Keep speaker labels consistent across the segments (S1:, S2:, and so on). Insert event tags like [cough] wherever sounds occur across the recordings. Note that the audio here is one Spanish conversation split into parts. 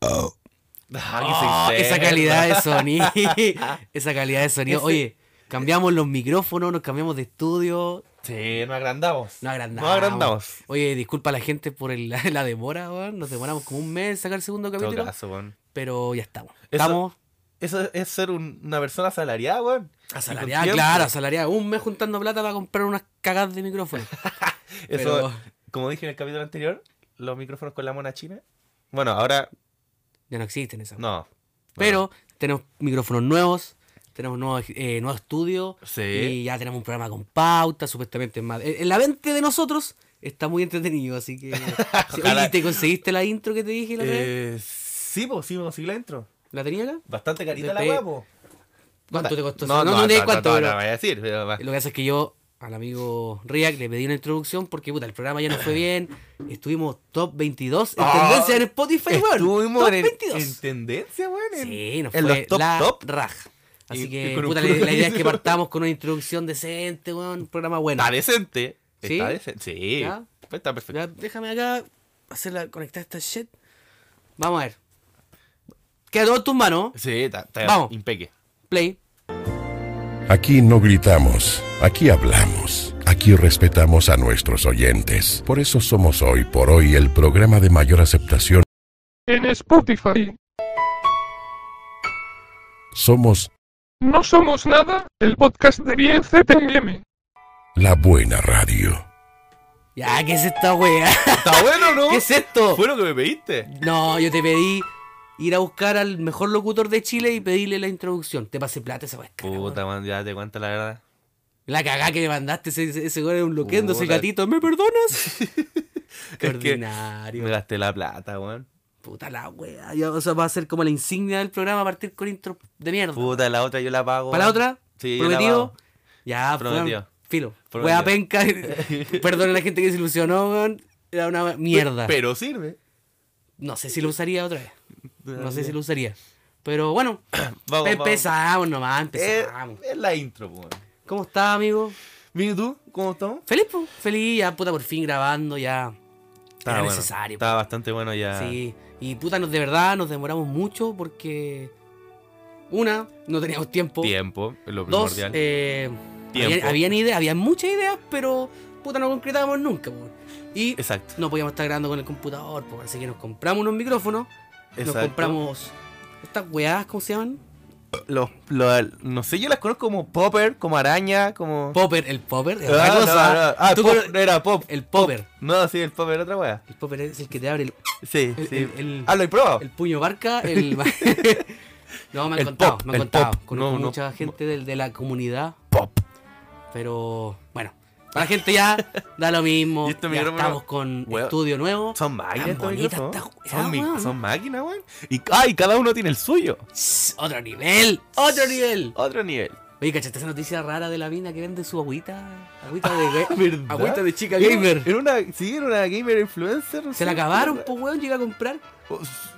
S1: Oh.
S2: Ah, que soy
S3: esa
S2: cerdo.
S3: calidad de sonido.
S2: [laughs]
S3: esa calidad de sonido. Oye, cambiamos los micrófonos, nos cambiamos de estudio.
S2: Sí, nos agrandamos.
S3: No agrandamos.
S2: No agrandamos.
S3: Oye, disculpa a la gente por el- [laughs] la, la demora, weón. Nos demoramos como un mes en sacar el segundo
S2: En todo
S3: capítulo.
S2: caso, weón.
S3: Pero ya estamos.
S2: Eso-
S3: Estamos
S2: Eso es- es ser un- una persona asalariada, weón.
S3: asalariados,
S2: tiempo.
S3: claro, asalariados. Un mes juntando plata para comprar unas cagadas de micrófono.
S2: [laughs] Eso,
S3: Pero-
S2: como dije en el capítulo anterior, los micrófonos con la mona china. Bueno, ahora
S3: Ya no existen esas.
S2: no.
S3: Pero tenemos micrófonos nuevos, tenemos nuevos, eh, nuevos estudios.
S2: Sí.
S3: Y ya tenemos un programa con pauta, supuestamente es más. En en la mente de nosotros está muy entretenido,
S2: [laughs]
S3: así que. Sí, oye,
S2: Ojalá.
S3: ¿y ¿te conseguiste la intro que te dije la otra vez?
S2: Eh, sí, pues, sí, pues, sí, la entro.
S3: ¿La tenía acá?
S2: Bastante carita
S3: Depende.
S2: la guapo.
S3: ¿Cuánto te costó?
S2: No, no, no,
S3: te
S2: no,
S3: dije cuánto,
S2: no,
S3: pero-
S2: no voy a decir. pero va.
S3: Lo que pasa es que yo al amigo Riak le pedí una introducción porque puta, el programa ya no
S2: [laughs]
S3: fue bien. Estuvimos top 22 en
S2: Ah,
S3: tendencia en Spotify, weón.
S2: Estuvimos
S3: Top
S2: en,
S3: 22.
S2: en tendencia, weón. en-
S3: Sí, nos
S2: en
S3: fue
S2: los top
S3: la
S2: top.
S3: raja. Así
S2: Y-
S3: que
S2: y con un
S3: puta, la, la idea es que
S2: pluralismo.
S3: partamos con una introducción decente, weón, un programa bueno.
S2: Está decente.
S3: ¿Sí?
S2: Está decente. Sí.
S3: ¿Ya?
S2: Está perfecto.
S3: Ya, déjame acá hacerla, conectar esta shit. Vamos a ver. Queda todo en tus manos.
S2: Sí, está, está
S3: Vamos.
S2: impeque.
S3: Play.
S1: Aquí no gritamos, aquí hablamos, aquí respetamos a nuestros oyentes. Por eso somos hoy por hoy el programa de mayor aceptación.
S4: En Spotify,
S1: Somos
S4: No Somos Nada, el podcast de Bien CTM.
S1: la buena radio.
S3: Ya, ¿qué es
S2: [laughs]
S3: esta weá?
S2: Está bueno, ¿no?
S3: ¿Qué es esto?
S2: Fue lo que me pediste.
S3: No, yo te pedí ir a buscar al mejor locutor de Chile y pedirle la introducción. Te pasé plata esa weá. cara, weón.
S2: Puta, man, ya te cuento la verdad.
S3: La cagá que me mandaste, ese, ese, ese weón era un loquendo, ese
S2: Puta.
S3: gatito.
S2: [laughs]
S3: ¿Me perdonas? Qué
S2: Es que
S3: ordinario.
S2: me gasté la plata, weón.
S3: Puta la weá. Ya, O sea, va a ser como la insignia del programa partir con intro de mierda.
S2: Puta, la otra yo la pago.
S3: ¿Para la
S2: weón.
S3: otra?
S2: Sí, yo la
S3: ¿Prometido?
S2: pago.
S3: Ya,
S2: Prometido.
S3: Prometido. filo.
S2: Prometido. [laughs]
S3: Wea penca. Perdón a la gente que se ilusionó, weón. Era una mierda.
S2: Pero sirve.
S3: No sé si lo usaría otra vez. No sé si lo usaría. Pero bueno,
S2: Vamos, Eh,
S3: empezamos nomás,
S2: Es,
S3: empezamos.
S2: es la intro, weón.
S3: ¿Cómo estás, amigo?
S2: Mira, ¿y tú? ¿Cómo estamos?
S3: Feliz, po? feliz, ya puta por fin grabando, ya. Era
S2: bueno.
S3: necesario. po.
S2: Estaba bastante bueno ya.
S3: Sí. Y puta, nos, de verdad nos demoramos mucho porque. Una, no teníamos tiempo.
S2: Tiempo, es lo
S3: Dos,
S2: primordial.
S3: eh,
S2: Tiempo.
S3: habían, habían ideas, habían muchas ideas, pero puta, no concretábamos nunca, po. Y
S2: Exacto.
S3: no podíamos estar grabando con el computador, po, así que nos compramos unos micrófonos, nos
S2: Exacto.
S3: compramos estas weadas, ¿cómo se llaman?
S2: Los, los- no sé, yo las conozco como popper, como araña, como.
S3: Popper, el popper, es
S2: Ah,
S3: otra
S2: no,
S3: cosa.
S2: no, ah,
S3: Tú
S2: pop,
S3: cono-
S2: no era pop.
S3: el popper.
S2: No, sí, el popper, otra weá.
S3: El popper es el que te abre el,
S2: Sí,
S3: El-
S2: sí.
S3: el- el-
S2: ah, lo he probado.
S3: el puño barca,
S2: [laughs]
S3: el... [laughs] no, me han
S2: El
S3: contado,
S2: pop,
S3: me han
S2: el
S3: contado.
S2: pop.
S3: Conozco
S2: No, no.
S3: mucha gente del- de la comunidad,
S2: pop.
S3: pero bueno. Para la gente ya da lo mismo.
S2: [laughs] Y este estos
S3: ya
S2: micrófonos-
S3: estamos con
S2: Weón,
S3: estudio nuevo.
S2: Son máquinas,
S3: Tan
S2: estos
S3: bonitas
S2: micrófonos.
S3: estas
S2: son, mi-
S3: weas, ah, weón.
S2: son máquinas, weón. Y, ah, y cada uno tiene el suyo.
S3: Tss, Otro nivel, otro nivel.
S2: Otro nivel.
S3: Oye, ¿cachaste esa noticia rara de la mina que vende su agüita? Agüita
S2: [laughs]
S3: de, ga-
S2: ¿Verdad?
S3: agüita de chica
S2: Era-
S3: gamer.
S2: Era una, sí, era una gamer influencer. no
S3: Se
S2: sé,
S3: la acabaron,
S2: era-
S3: pues, weón, llega a comprar.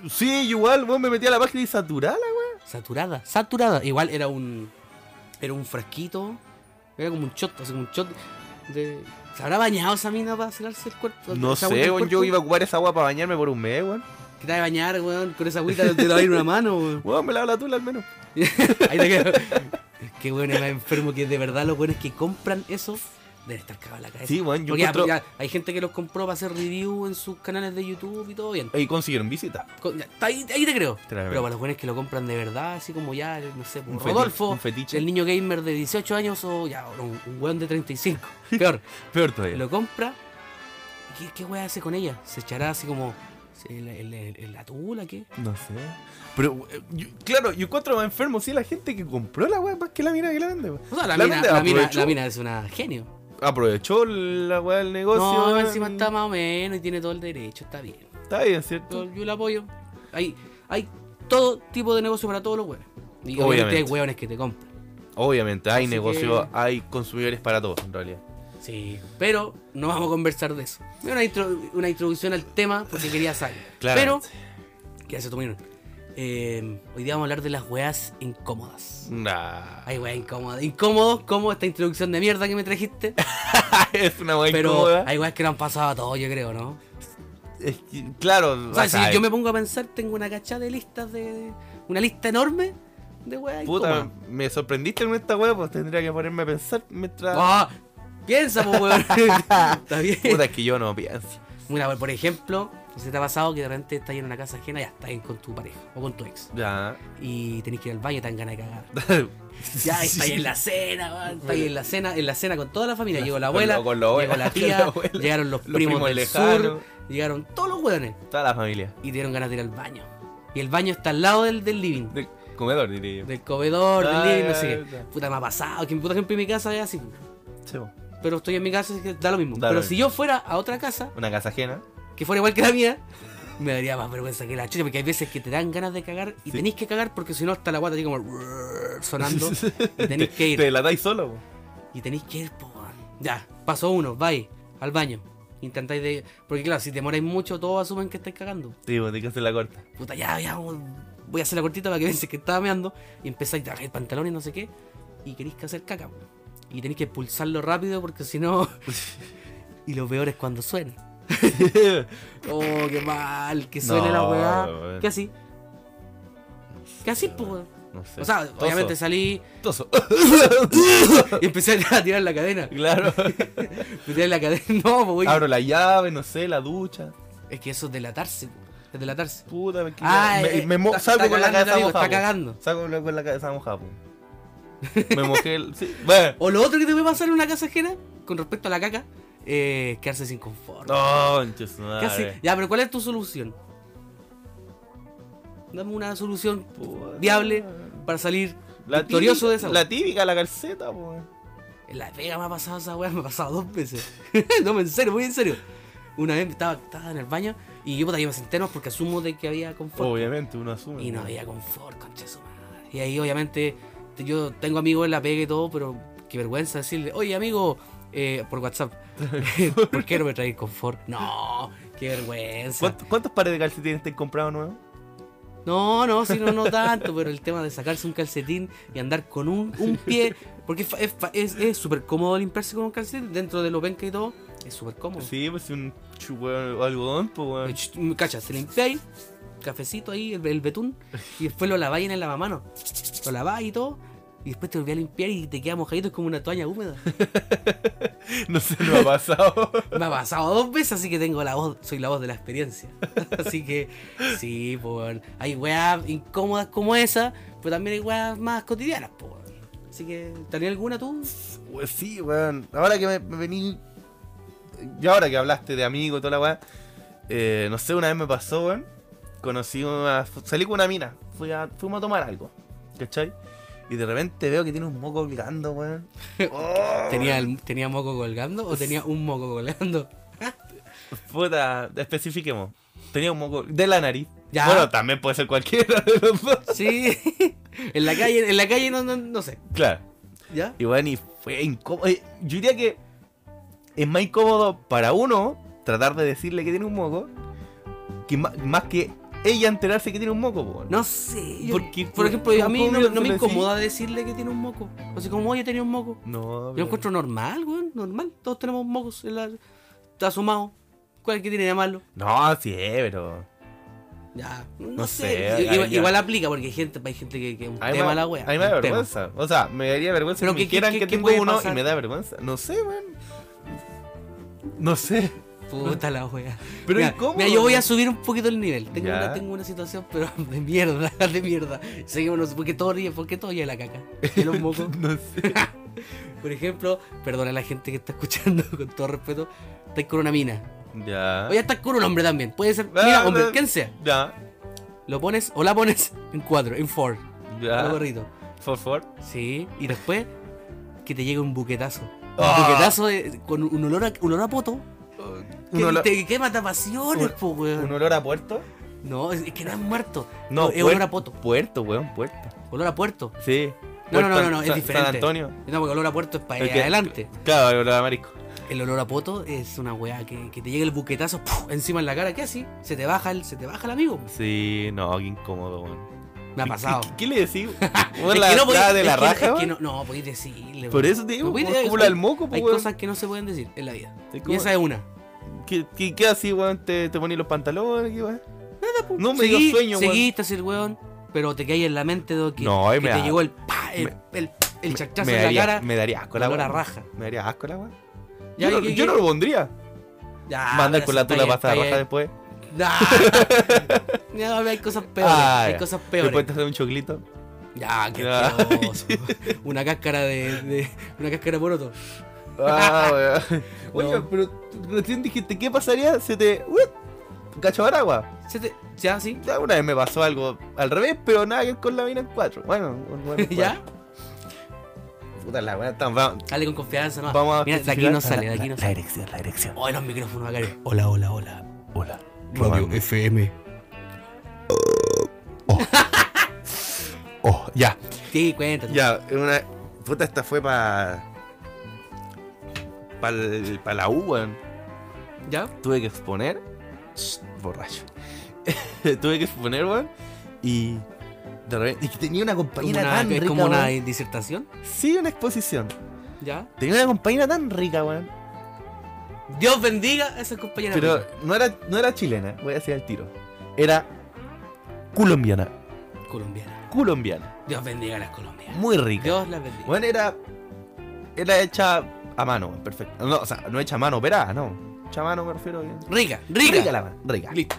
S2: Sí, igual, weón, me metí a la página y saturala, weón.
S3: Saturada, saturada. Igual era un. Era un frasquito. Era como un shot, así como un shot de. ¿Se habrá bañado esa mina para celarse el cuerpo?
S2: No
S3: Esa
S2: sé,
S3: agüita del
S2: weón, yo
S3: cuerpo.
S2: iba a ocupar esa agua para bañarme por un mes, weón.
S3: Que te vas a bañar, weón, con esa agüita te la va a ir una mano, weón.
S2: Weón, me lava la tula al menos. [laughs]
S3: Ahí te quedo. Es que, weón, es más enfermo que de verdad los weones que compran eso deben estar cagados en la cabeza.
S2: Sí, weón, yo
S3: Porque ya-
S2: encuentro...
S3: ya hay gente que los compró para hacer review en sus canales de YouTube y todo bien.
S2: Y consiguieron visita.
S3: Con- ya, está ahí, ahí te creo.
S2: Tremendo.
S3: Pero para los buenos que lo compran de verdad, así como ya, no sé, por
S2: Un feti-
S3: Rodolfo,
S2: un fetiche.
S3: el niño gamer de 18 años o ya, o un, un weón de 35.
S2: [laughs]
S3: Peor,
S2: Peor todavía.
S3: lo compra. ¿y ¿Qué, qué weá hace con ella? ¿Se echará así como en la, en la- en la tula? ¿Qué?
S2: No sé. Pero, eh, yo- claro, yo encuentro más enfermo sí la gente que compró la weá más que la mina que la vende. weón.
S3: O sea, la,
S2: La
S3: mina,
S2: mina
S3: la, mina,
S2: aprovechó.
S3: la mina es una genio.
S2: Aprovechó la weá del negocio.
S3: No,
S2: weón.
S3: encima está más o menos y tiene todo el derecho, está bien.
S2: Está bien, ¿cierto?
S3: Yo, yo la apoyo. Hay, hay todo tipo de negocio para todos los weones. Y obviamente,
S2: Obviamente.
S3: hay weones que te compran.
S2: Obviamente, hay
S3: Así
S2: negocio,
S3: que-
S2: hay consumidores para todos, en
S3: [laughs]
S2: realidad.
S3: Sí, pero no vamos a conversar de eso. Es Una, intro- una introducción al tema porque quería salir.
S2: [laughs]
S3: Pero,
S2: Claramente.
S3: ¿qué hace tu opinión? Eh, hoy día vamos a hablar de las weas incómodas.
S2: Nah.
S3: Ay, weas incómodas. Incómodos como esta introducción de mierda
S2: [laughs]
S3: que me trajiste.
S2: es una weá
S3: pero
S2: incómoda.
S3: hay weas que no han pasado a todos, yo creo, ¿no?
S2: es que, claro.
S3: O sea,
S2: o sea,
S3: si yo me pongo a pensar, tengo una cachada de listas de. Una lista enorme de weas. y
S2: Puta,
S3: comas.
S2: me sorprendiste con esta wea, pues tendría que ponerme a pensar mientras.
S3: ¡Ah! Piensa, pues, weón. Está bien.
S2: [laughs] Puta, es que yo no pienso.
S3: Mira, por- por ejemplo, ¿se te ha pasado que de repente estás en una casa ajena y ya estás con tu pareja o con tu ex?
S2: Ya.
S3: Y tenés que ir al baño y te dan ganas
S2: [laughs]
S3: de cagar. Ya, está ahí en la cena, weón, está ahí en la cena, en la cena con toda la familia. Llegó la
S2: Con la-
S3: abuela,
S2: con la abuela, [laughs]
S3: llegó la
S2: con
S3: tía,
S2: la abuela,
S3: llegaron los,
S2: los
S3: primos,
S2: primos
S3: del
S2: lejanos.
S3: sur, llegaron todos los hueones
S2: Toda la familia.
S3: y te dieron ganas de ir al baño. Y el baño está al lado del, del living,
S2: Del comedor, diría yo.
S3: del comedor, del
S2: Ah,
S3: living, no
S2: ya,
S3: sé qué.
S2: ya.
S3: Puta, me ha pasado, que puta ejemplo en mi casa es así.
S2: Sí, po.
S3: Pero estoy en mi casa, así que da lo mismo.
S2: Da lo
S3: pero
S2: mismo.
S3: si yo fuera a otra casa,
S2: Una casa ajena.
S3: que fuera igual que la mía, me daría más vergüenza que la chucha, porque hay veces que te dan ganas de cagar y
S2: Sí.
S3: tenéis que cagar porque si no está la guata así como [laughs]
S2: [laughs]
S3: sonando y tenéis que ir.
S2: Te la dais solo, po.
S3: Y tenéis que ir, po. weón. Ya, paso uno, vais al baño. Intentáis de. Porque claro, si demoráis mucho, todos asumen que estáis cagando.
S2: Sí, po, tenés que hacer la corta.
S3: Puta, ya, ya, weón. voy a hacer la cortita para que pienses que estaba meando. Y empezáis a bajar el pantalón y no sé qué. Y queréis que hacer caca, weón. Y tenéis que pulsarlo rápido porque si
S2: [laughs]
S3: no. y lo peor es cuando suena. Oh, qué mal, que suene la
S2: No,
S3: weá.
S2: weón.
S3: ¿Qué así? ¿Qué así, po? weón?
S2: No sé.
S3: O sea,
S2: Toso, [laughs]
S3: obviamente salí
S2: Toso.
S3: y empecé a tirar la cadena. [laughs]
S2: claro.
S3: Me tiré la cadena. [laughs] No, po, weón.
S2: Abro la llave, no sé, la ducha.
S3: Es que eso es delatarse, po. es delatarse.
S2: Puta, me,
S3: Ah,
S2: me,
S3: eh,
S2: me mo-
S3: está-
S2: salgo
S3: está
S2: con la
S3: cagando,
S2: cabeza
S3: amigo,
S2: mojada. po.
S3: está cagando.
S2: Salgo con la- con la cabeza mojada.
S3: [laughs]
S2: po. Me mojé el. Sí. Bueno.
S3: O lo otro que te puede pasar en una casa ajena, con respecto a la caca, eh, quedarse sin confort.
S2: No, concha su
S3: ¿Qué hace?
S2: madre.
S3: Ya, pero ¿cuál es tu solución? Dame una solución
S2: Puta.
S3: viable para salir
S2: La
S3: victorioso
S2: típica-
S3: de esa.
S2: La típica, la calceta, po.
S3: En La Vega me ha pasado esa weá, me ha pasado dos veces. [laughs] no, en serio, muy en serio. Una vez estaba, estaba en el baño y yo, puta, yo me senté no porque asumo de que había confort.
S2: Obviamente, uno asume.
S3: Y no
S2: po.
S3: había confort, concha de su madre. Y ahí obviamente te- yo tengo amigos en la pega y todo, pero qué vergüenza decirle, oye amigo, eh, por WhatsApp, [laughs] ¿por qué no me traes confort? No, qué vergüenza.
S2: ¿Cuántos, cuántos pares de calcetines te han comprado nuevos?
S3: No, no, si no, no tanto, pero el tema de sacarse un calcetín y andar con un, un pie, porque es fa- es fa- es es súper cómodo limpiarse con un calcetín dentro de lo penca y todo, es súper cómodo.
S2: Sí, pues un chugueo o algodón, pues,
S3: Eh,
S2: weón.
S3: ch- ch- Cacha, se limpiáis, cafecito ahí, el, el betún, y después lo laváis en el lavamano. Lo laváis y todo, y después te volví a limpiar y te queda mojadito es como una toalla húmeda.
S2: [laughs] No se lo ha pasado.
S3: Me ha pasado dos veces, así que tengo la voz, soy la voz de la experiencia. [laughs] así que, sí, pues, hay weas incómodas como esa, pero también hay weas más cotidianas, pues. Así que, ¿tenés alguna tú?
S2: [laughs] Pues sí, weón. Ahora que me, me vení. Y ahora que hablaste de amigo y toda la weá. eh, no sé, una vez me pasó, weón. Conocí una. fu- Salí con una mina. Fui a, fuimos a tomar algo. ¿Cachai? Y de repente veo que tiene un moco colgando, [laughs] weón. Oh,
S3: ¿Tenía, el- ¿Tenía moco colgando o tenía un moco colgando?
S2: Puta, especifiquemos. Tenía un moco de la nariz.
S3: Ya.
S2: Bueno, también puede ser cualquiera de los dos.
S3: Sí, [laughs] en la calle, en la calle no, no, no sé.
S2: Claro.
S3: ¿Ya?
S2: Y bueno, y fue incómodo. Eh, Yo diría que es más incómodo para uno tratar de decirle que tiene un moco que ma- más, que ella enterarse que tiene un moco, po,
S3: No sé. yo-
S2: Porque-
S3: por ejemplo, a mí no, no me
S2: ¿cómo
S3: incomoda decirle que tiene un moco. O sea, como yo tenía un moco.
S2: No,
S3: Yo lo
S2: Ah, pero-
S3: encuentro normal, weón. Normal. Todos tenemos mocos. En la... Está asomado. ¿Cuál que tiene de malo?
S2: No, sí, eh, pero.
S3: Ya. No,
S2: No
S3: sé.
S2: sé,
S3: I- Igual,
S2: ya.
S3: igual aplica porque hay gente, hay gente que, que es un
S2: A mí
S3: tema
S2: me-
S3: la wea.
S2: A mí me da
S3: un tema.
S2: vergüenza. O sea, me daría vergüenza
S3: Pero
S2: que
S3: ¿qué-
S2: me
S3: qué-
S2: dijeran
S3: qué-
S2: que
S3: qué
S2: tengo
S3: puede
S2: uno
S3: pasar?
S2: y me da vergüenza. No sé, man. No sé. [laughs]
S3: Puta la wea.
S2: Pero
S3: mira,
S2: incómodo.
S3: mira, yo voy a subir un poquito el nivel. Tengo,
S2: Ya.
S3: una, tengo una situación, pero [laughs] de mierda, de mierda. Seguimos, porque todo ríe, porque todo ya la caca. Y los
S2: [laughs]
S3: mocos.
S2: No
S3: [laughs]
S2: sé.
S3: Por ejemplo, perdona a la gente que está escuchando, [laughs] con todo respeto, estáis con una mina.
S2: Ya.
S3: O ya estás con un hombre también. Puede ser,
S2: Ah,
S3: mira, hombre,
S2: no.
S3: quien sea.
S2: Ya.
S3: Lo pones o la pones en cuatro, en four.
S2: Ya.
S3: Lo gorrito.
S2: For, for.
S3: Sí, y después que te llegue un buquetazo. Un
S2: Ah.
S3: buquetazo de- con un olor a, un olor a poto. Que
S2: Un olor-
S3: te quema pasiones,
S2: un-
S3: po, weón.
S2: ¿Un olor a puerto?
S3: No, es es que no es muerto.
S2: No,
S3: es
S2: puer-
S3: Eh, olor a poto.
S2: Puerto, weón, puerto.
S3: Olor a puerto.
S2: Sí.
S3: No, no,
S2: Puerto
S3: no, no, no, es
S2: San-
S3: diferente.
S2: San Antonio.
S3: No, porque olor a puerto es para
S2: El que-
S3: adelante.
S2: Claro, el olor a marisco.
S3: El olor a poto es una weá que, que te llega el buquetazo ¡puf! encima en la cara. ¿Qué así? Se te baja el, se te baja el amigo.
S2: Sí, no, qué incómodo, weón.
S3: Me ha
S2: ¿Qué-
S3: pasado.
S2: ¿Qué, qué le decís? Weón,
S3: [laughs] Es
S2: la
S3: que no
S2: la
S3: podéis-
S2: de la
S3: es que-
S2: raja,
S3: es que
S2: weón.
S3: no, no podéis decirle.
S2: Por
S3: weón.
S2: eso te digo,
S3: No podéis-
S2: como la del moco,
S3: Hay
S2: pues,
S3: cosas que no se pueden decir en la vida.
S2: Es
S3: Y
S2: como-
S3: esa es una.
S2: ¿Qué, qué, qué así, weón? ¿Te, te pones los pantalones? ¿Qué, weón? No me dio
S3: pues, Seguí,
S2: sueño, weón.
S3: seguiste así el weón, pero te caí en la mente de que,
S2: No, ahí
S3: que
S2: me
S3: te
S2: da-
S3: llegó el pa, el, el, el
S2: Me-
S3: chachazo
S2: me
S3: en la
S2: daría-
S3: cara.
S2: Me daría asco la
S3: olor a
S2: weón.
S3: raja.
S2: Me daría asco la weón.
S3: Ya,
S2: Yo, no,
S3: ¿qué- qué-
S2: yo no lo pondría.
S3: Ah, ya,
S2: Mandar
S3: pero
S2: con
S3: si
S2: la
S3: está
S2: tula
S3: bien,
S2: pasada
S3: está
S2: raja
S3: bien.
S2: después.
S3: Nah. [laughs] No, hay cosas peores.
S2: Ah,
S3: hay
S2: ya.
S3: cosas
S2: Después
S3: peores.
S2: te Ah, hace un
S3: [laughs]
S2: choclito.
S3: Ya, qué
S2: [laughs] Ya.
S3: asqueroso. Una cáscara de, de- Una cáscara de poroto.
S2: Ah, weón. Oye,
S3: No.
S2: pero tú recién dijiste, ¿qué pasaría si te. Uy, cacho de agua?
S3: Se te- Ya, sí.
S2: Ya una vez me pasó algo al revés, pero nada que ver con la mina en cuatro. Bueno, con-
S3: [laughs]
S2: bueno, en
S3: ¿Ya?
S2: cuatro. Puta la weá, tan va-
S3: Dale con confianza, ¿no?
S2: Vamos a
S3: Ah, Mira, de aquí
S2: especificar.
S3: no sale, de aquí no sale.
S5: erección, la erección.
S3: Oh, los micrófonos acá. Hola, hola, hola. Hola.
S5: Radio FM. [laughs] Oh. Oh, ya.
S3: Sí, cuéntate.
S2: Ya, en una. Puta, esta fue para. Para pa la U, weón.
S3: ¿Ya?
S2: Tuve que exponer. Shh, borracho. [laughs] Tuve que exponer, weón. Y. De repente. Y que tenía una
S3: Como
S2: compañera
S3: una,
S2: tan
S3: es
S2: rica.
S3: como una
S2: weón.
S3: disertación.
S2: Sí, una exposición.
S3: ¿Ya?
S2: Tenía una compañera tan rica, weón.
S3: Dios bendiga a esas compañeras.
S2: Pero
S3: ricas.
S2: no era, no era chilena, voy a decir al tiro. Era colombiana.
S3: Colombianas.
S2: Colombiana.
S3: Dios bendiga a las colombianas.
S2: Muy rica.
S3: Dios las bendiga.
S2: Bueno, era. Era hecha a mano, weón, perfecto. No, o sea, no hecha a mano, operada, no. Hecha a mano me refiero. que-
S3: Rica, rica.
S2: Rica la mano, rica.
S3: Listo.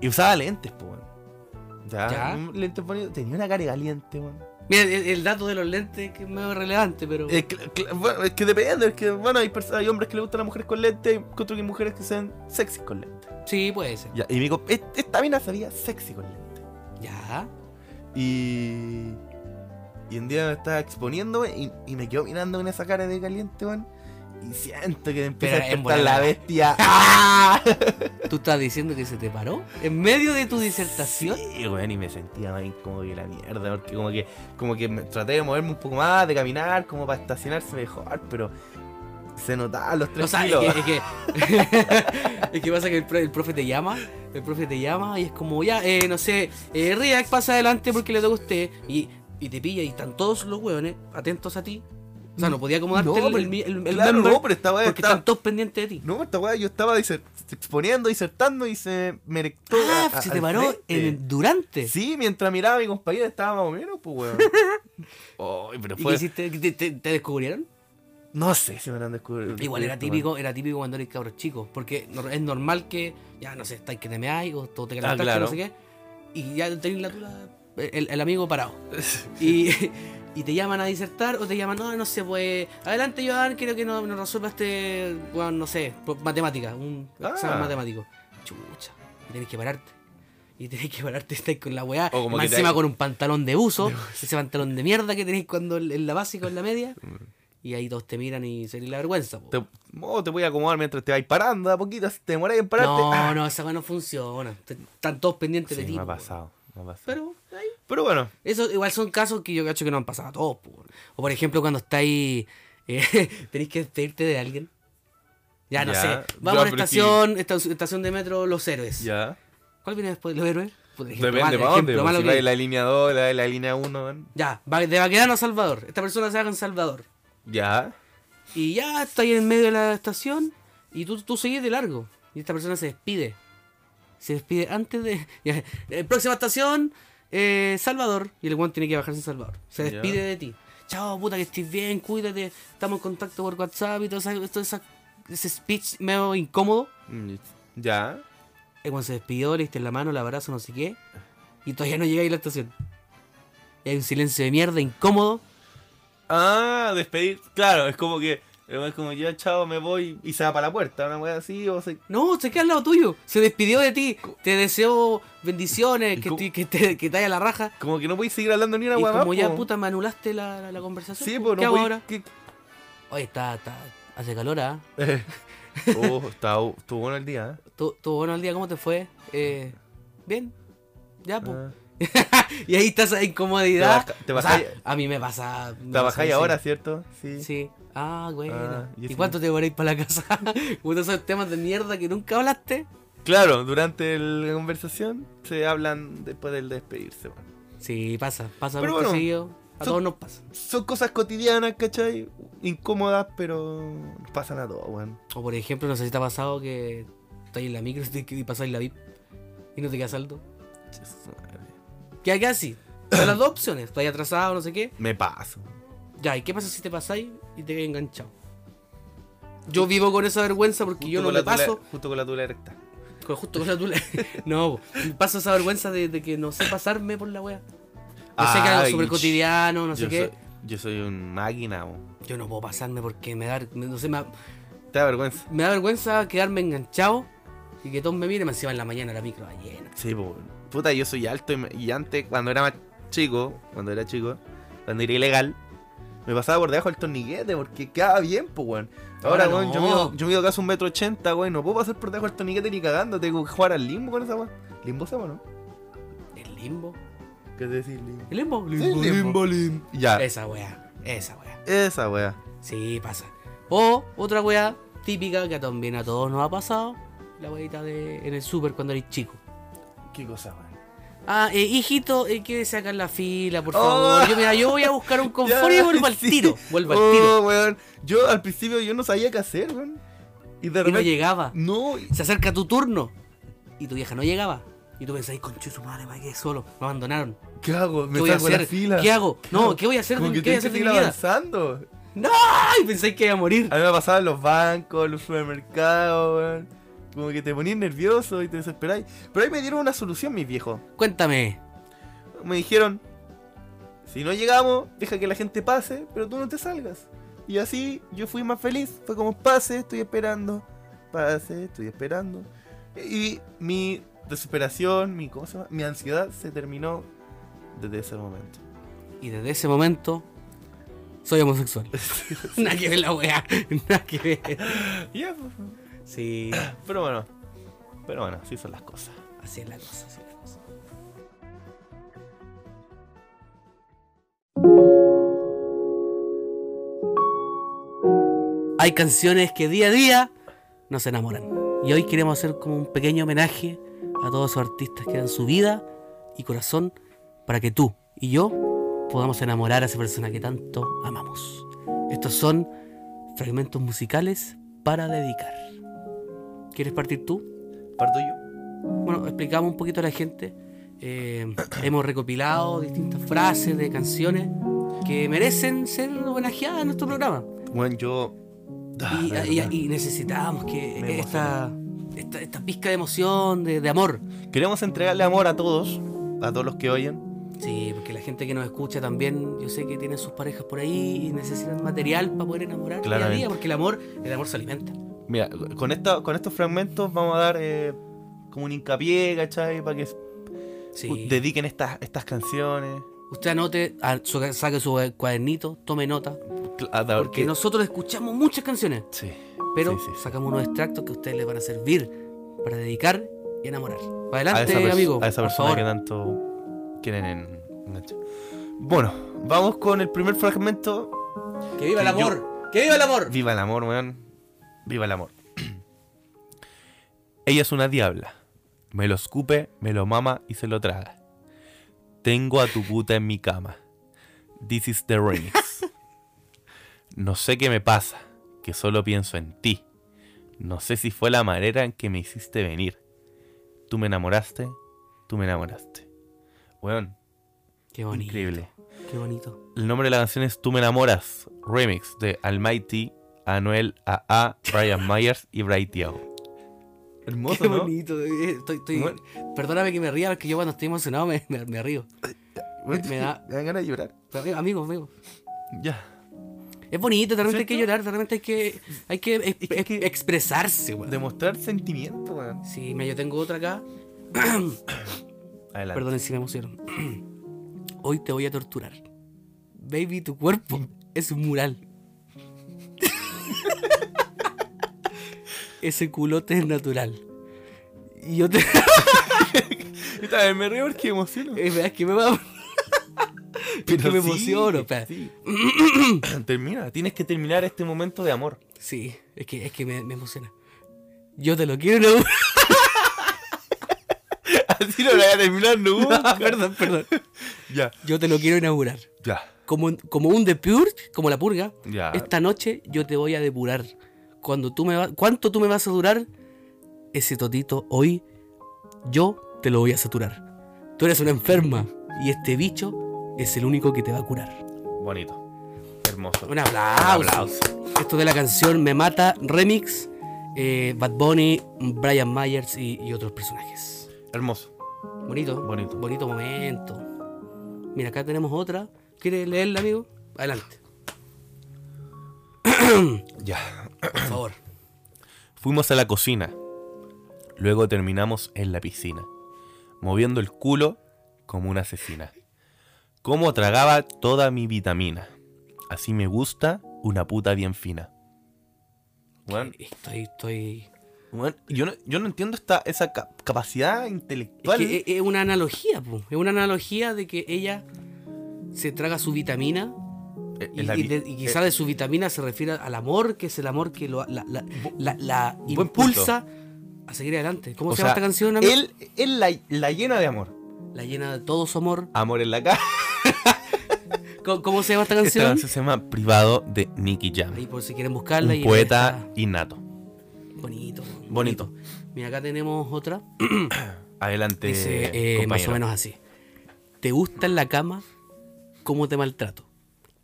S2: Y usaba lentes, pues, weón. Ya,
S3: Ya.
S2: un Lentes bonitos. Tenía una cara caliente, weón.
S3: Mira, el, el dato de los lentes que es medio relevante, pero.
S2: Es que, que- bueno, es que depende, es que, bueno, hay, pers- hay hombres que le gustan las mujeres con lentes y encuentro que hay mujeres que sean sexy con lentes.
S3: sí, puede ser.
S2: Ya, y mi comp- est- esta mina sabía sexy con lentes.
S3: Ya.
S2: Y. Y un día me estaba exponiendo, weón, y, y me quedo mirando con esa cara de caliente, weón. Y siento que me empieza
S3: Pero
S2: a
S3: en
S2: despertar
S3: volada.
S2: la [laughs] bestia. ¡Ah!
S3: ¿Tú estás diciendo que se te paró? ¿En medio de tu disertación?
S2: Sí, weón, y me sentía más incómodo que la mierda, porque como que, como que me- traté de moverme un poco más, de caminar, como para estacionarse mejor, pero se notaban los tres
S3: O sea, es
S2: kilos.
S3: que, es que, [laughs] es que pasa que el pro- el profe, te llama, el profe te llama y es como, ya, eh, no sé, eh, React pasa adelante porque le toca a usted y, y te pilla y están todos los hueones atentos a ti. O sea, no podía acomodarte
S2: No,
S3: el,
S2: pero-
S3: el, el- el
S2: Claro,
S3: member
S2: no, pero esta weá
S3: porque
S2: estaba-
S3: están todos pendientes de ti.
S2: No, esta weá yo estaba diser- exponiendo, disertando y se me erectó.
S3: Ah,
S2: a- a-
S3: se
S2: al
S3: te paró en
S2: frente.
S3: el- durante.
S2: Sí, mientras miraba a mi compañera estaba más o menos, pues weón.
S3: [laughs]
S2: Ay, pero
S3: ¿Y qué
S2: fue.
S3: hiciste? ¿Te, te- te descubrieron?
S2: No sé si me lo han descubierto.
S3: Igual era típico, era típico cuando eres cabros chicos, porque no- es normal que, ya no sé, estáis que te meáis o todo te calentaste,
S2: Ah, claro.
S3: no sé qué, y ya tenéis la tula, eh, el, el amigo
S2: [laughs]
S3: parado. y, y te llaman a disertar o te llaman, no, no sé, pues, adelante Joan, quiero que nos no resuelva este, bueno, no sé, por- matemática, un
S2: Ah.
S3: examen matemático. Chucha, y tenés que pararte. Y tenés que pararte, [laughs] estáis con la weá,
S2: O como
S3: más
S2: que te-
S3: encima con un pantalón de buzo, ese pantalón de mierda que tenéis cuando en la básica o en la media. Y ahí todos te miran y se la vergüenza. po.
S2: Te, oh, te voy a acomodar mientras te vais parando, a poquito, si te demoráis en pararte.
S3: No,
S2: ah.
S3: no, esa weá no funciona. Te- Están todos pendientes de
S2: Sí,
S3: ti.
S2: me ha
S3: po.
S2: pasado, me ha pasado.
S3: Pero ahí,
S2: Pero bueno,
S3: eso igual son casos que yo cacho que no han pasado a todos. po. O por ejemplo, cuando estáis. Eh, [laughs] tenéis que despedirte de alguien. Ya, no
S2: Ya,
S3: sé.
S2: ya,
S3: Vamos a la
S2: pero
S3: estación, esta- estación de metro Los Héroes.
S2: ya.
S3: ¿Cuál viene después de Los Héroes? Puta, ejemplo
S2: Depende,
S3: malo,
S2: ¿para dónde?
S3: ejemplo
S2: pues,
S3: malo
S2: Si
S3: que-
S2: va de la línea 2, la de la línea 1, man.
S3: Ya, va- de Baquedano a Salvador. Esta persona se va con Salvador.
S2: Ya.
S3: Y ya está ahí en medio de la estación y tú, tú seguís de largo. Y esta persona se despide. Se despide antes de... [laughs] ya, eh, próxima estación, eh, Salvador. Y el guan tiene que bajarse en Salvador. Se
S2: Ya.
S3: despide de ti. Chao, puta, que estés bien, cuídate. Estamos en contacto por WhatsApp y todo, esa, todo esa- ese speech medio incómodo.
S2: Mm, Ya.
S3: El guan se despidió, le diste la mano, el abrazo, no sé qué. Y todavía no llegáis a la estación. Y hay un silencio de mierda, incómodo.
S2: Ah, despedir. Claro, es como que. Es como ya, chao, me voy y se va para la puerta, una wea así, o se.
S3: No, se queda al lado tuyo. Se despidió de ti. Te deseo bendiciones, que,
S2: ¿Cómo?
S3: te, que, te, que te haya la raja.
S2: Como que no podéis seguir hablando ni una
S3: Y
S2: wea más,
S3: como ya,
S2: po.
S3: puta, me anulaste la, la- la conversación.
S2: Sí,
S3: po.
S2: pues
S3: ¿Qué
S2: no
S3: hago
S2: podéis-
S3: ahora? [laughs]
S2: que-
S3: Oye, está, está, hace calor, ¿ah?
S2: Oh, está, estuvo bueno el día, ¿eh?
S3: ¿Tú, bueno el día? ¿Cómo te fue? Eh, Bien. Ya, pues.
S2: Ah.
S3: y ahí está esa incomodidad.
S2: Te baja- te
S3: O sea,
S2: bajáis-
S3: a mí me pasa. me pasa
S2: Trabajáis
S3: eso.
S2: ahora, ¿cierto? Sí.
S3: Sí. Ah, bueno.
S2: Ah, y
S3: ¿Y,
S2: ese-
S3: cuánto te voy para la casa? [laughs] Uno esos temas de mierda que nunca hablaste.
S2: Claro, durante el- la conversación se hablan después del despedirse, weón.
S3: Sí, pasa. Pasa
S2: Pero
S3: mucho
S2: bueno.
S3: seguido. A todos nos pasa.
S2: Son cosas cotidianas, ¿cachai? Incómodas, pero nos pasan a todos, weón.
S3: O por ejemplo, no sé si te ha pasado que estás en la micro [laughs] y te- y pasas en la VIP y no te queda saldo. Que acá sí. Son las dos opciones. Estás atrasado, no sé qué.
S2: Me paso.
S3: Ya, ¿y qué pasa si te pasáis y te quedas enganchado? Yo vivo con esa vergüenza porque yo no
S2: con
S3: le
S2: la tula-
S3: paso.
S2: Justo con la tula recta.
S3: con- Justo con la tula. [laughs] no, po. paso esa vergüenza de, de que no sé pasarme por la wea. Yo sé que es algo
S2: Ay,
S3: súper
S2: ch-
S3: cotidiano, no sé
S2: yo
S3: qué.
S2: Soy, yo soy un máquina, weón.
S3: Yo no puedo pasarme porque me da, me- no sé, me, da-
S2: Te da vergüenza.
S3: me da vergüenza quedarme enganchado y que todos me miren. Me encima en la mañana la micro va llena.
S2: Sí, po. Puta, yo soy alto y, me- y antes, cuando era más chico, cuando era chico, cuando era ilegal, me pasaba por debajo del torniquete porque quedaba bien, pues, weón. Ahora,
S3: Ahora
S2: weón, yo
S3: no.
S2: mido, yo mido casi un metro ochenta, weón. No puedo pasar por debajo del torniquete ni cagando. Tengo que jugar al limbo con esa weón. ¿Limbo se llama, no?
S3: El limbo.
S2: ¿Qué es decir limbo?
S3: El limbo.
S2: Limbo, limbo, Ya.
S3: Esa wea. Esa wea.
S2: Esa weá.
S3: Sí, pasa. O otra wea típica que también a todos nos ha pasado. La weita de en el super cuando eres chico.
S2: ¿Qué cosa, weón?
S3: Ah, eh, hijito, eh, quédese acá en la fila, por
S2: Oh.
S3: favor. Yo, mira, yo voy a
S2: [laughs]
S3: buscar un confort y
S2: Ya,
S3: vuelvo al
S2: sí.
S3: tiro. Vuelvo al tiro.
S2: Oh, weón. Yo al principio yo no sabía qué hacer, weón. Y de
S3: Y no
S2: repente.
S3: llegaba.
S2: No, y-
S3: Se acerca tu turno. Y tu vieja no llegaba. Y tú pensás, conche su madre, me quedé solo. Me abandonaron.
S2: ¿qué hago?
S3: ¿Qué
S2: Me
S3: voy a
S2: salgo de la
S3: hacer?
S2: fila.
S3: ¿Qué hago? No, ¿qué voy a hacer? de
S2: Como
S3: mi-
S2: que
S3: ¿Qué voy a
S2: tenés que
S3: hacer de
S2: seguir
S3: mi vida?
S2: avanzando.
S3: ¡Ay! Pensáis que iba a morir.
S2: A mí me pasaba en los bancos, en los supermercados, weón. Como que te ponías nervioso y te desesperáis. Pero ahí me dieron una solución, mis viejos.
S3: Cuéntame.
S2: Me dijeron, si no llegamos, deja que la gente pase, pero tú no te salgas. Y así yo fui más feliz. Fue como, pase, estoy esperando. Pase, estoy esperando. Y mi desesperación, mi, ¿cómo se llama? mi ansiedad se terminó desde ese momento.
S3: Y desde ese momento, soy homosexual. [laughs] Nada que ver la weá. Nada que ver.
S2: Ya, pues.
S3: Sí,
S2: Pero bueno, pero bueno, así son las cosas.
S3: así es la cosa, así es la cosa. Hay canciones que día a día nos enamoran. Y hoy queremos hacer como un pequeño homenaje a todos esos artistas que dan su vida y corazón para que tú y yo podamos enamorar a esa persona que tanto amamos. Estos son fragmentos musicales para dedicar. ¿Quieres partir tú?
S2: ¿Parto yo?
S3: Bueno, explicamos un poquito a la gente. eh, [coughs] hemos recopilado distintas frases de canciones que merecen ser homenajeadas en nuestro programa.
S2: Bueno, yo. Ah,
S3: Y,
S2: la
S3: y-
S2: verdad.
S3: y necesitamos
S2: Me
S3: que esta, esta, esta pizca de emoción, de, de amor.
S2: Queremos entregarle amor a todos, a todos los que oyen.
S3: Sí, porque la gente que nos escucha también, yo sé que tienen sus parejas por ahí y necesitan material para poder enamorar día a
S2: Claramente.
S3: día, porque el amor, el amor se alimenta.
S2: Mira, con, esta, con estos fragmentos vamos a dar eh, como un hincapié, ¿cachai? Para que
S3: Sí.
S2: dediquen estas, estas canciones.
S3: Usted anote, a- su- saque su cuadernito, tome nota, porque
S2: Porque no-
S3: nosotros escuchamos muchas canciones.
S2: Sí.
S3: pero
S2: Sí, sí, sí.
S3: sacamos unos extractos que a ustedes les van a servir para dedicar y enamorar. Pa'
S2: A
S3: Adelante,
S2: esa, pers-
S3: amigo.
S2: a esa
S3: por
S2: persona
S3: favor.
S2: que tanto quieren en. Bueno, vamos con el primer fragmento.
S3: Que viva el
S2: que yo-
S3: amor. Que viva el amor.
S2: Viva el amor, weón. Viva el amor. [clears throat] Ella es una diabla. Me lo escupe, me lo mama y se lo traga. Tengo a tu puta en mi cama. This is the remix. No sé qué me pasa, que solo pienso en ti. No sé si fue la manera en que me hiciste venir. Tú me enamoraste, tú me enamoraste. Weón,
S3: Qué bonito.
S2: increíble.
S3: Qué bonito.
S2: El nombre de la canción es Tú me enamoras, remix de Almighty, Anuel AA, Brian Myers y Bray Thiago. Hermoso,
S3: Qué
S2: ¿no?
S3: bonito. eh, Estoy, estoy-
S2: Bueno.
S3: Perdóname que me ría, porque yo cuando estoy emocionado me, me, me río. Me da-
S2: dan ganas de llorar.
S3: Pero, amigo, amigo, amigo.
S2: Ya.
S3: Es bonito, de repente hay que
S2: ¿Cierto?
S3: llorar, de repente hay que, hay que, ex-
S2: Es que-
S3: ex- expresarse, weón.
S2: Demostrar sentimiento, weón.
S3: Sí, mira, yo tengo otra acá.
S2: Adelante.
S3: Perdón si me emociono. [clears throat] Hoy te voy a torturar. Baby, tu cuerpo es un mural. [laughs] Ese culote es natural. Y yo te. [laughs]
S2: Yo también me río porque me emociono.
S3: Es verdad que me va. [laughs] Es que Eh, me emociono, pa. sí.
S2: sí. Termina, tienes que terminar este momento de amor.
S3: es que, es que me, me emociona. Yo te lo quiero [laughs] enamorar.
S2: Así no lo voy a terminar nunca.
S3: [laughs]
S2: [laughs]
S3: perdón, perdón.
S2: ya,
S3: Yo te lo quiero inaugurar.
S2: ya.
S3: como, como un The Purge, como la purga,
S2: Ya.
S3: esta noche yo te voy a depurar. Cuando tú me va- ¿Cuánto tú me vas a durar? Ese totito hoy yo te lo voy a saturar. Tú eres una enferma y este bicho es el único que te va a curar.
S2: Bonito. Hermoso.
S3: Un aplauso.
S2: Un aplauso.
S3: Esto de la canción Me Mata Remix, eh, Bad Bunny, Brian Myers y, y otros personajes.
S2: Hermoso.
S3: Bonito.
S2: Bonito.
S3: Bonito momento. Mira, acá tenemos otra. ¿Quieres leerla, amigo? Adelante,
S2: Ya. [clears throat]
S3: por favor.
S2: Fuimos a la cocina. Luego terminamos en la piscina, moviendo el culo como una asesina. Como tragaba toda mi vitamina. Así me gusta una puta bien fina. Weón,
S3: Estoy, estoy.
S2: weón, yo, no, yo no entiendo esta, esa ca- capacidad intelectual.
S3: Es, que e, es- es una analogía, po. es una analogía de que ella se traga su vitamina
S2: Eh,
S3: y,
S2: eh, la vi-
S3: quizás
S2: eh,
S3: de su vitamina se refiere al amor, que es el amor que lo, la, la- la- la
S2: buen
S3: impulsa a seguir adelante. ¿Cómo
S2: o
S3: se llama
S2: sea,
S3: esta canción? amigo?
S2: Él, él la, la llena de amor.
S3: La llena de todo su amor.
S2: Amor en la cara.
S3: ¿Cómo, cómo se llama esta
S2: Esta
S3: canción?
S2: canción Este se llama Privado de Nicky Jam.
S3: Ahí por si quieren buscarla. y
S2: Un
S3: ahí
S2: poeta innato.
S3: está. Bonito, bonito.
S2: Bonito.
S3: Mira, acá tenemos otra.
S2: Adelante.
S3: Dice eh, más o
S2: Este, compañero.
S3: menos así. ¿Te gusta en la cama cómo te maltrato?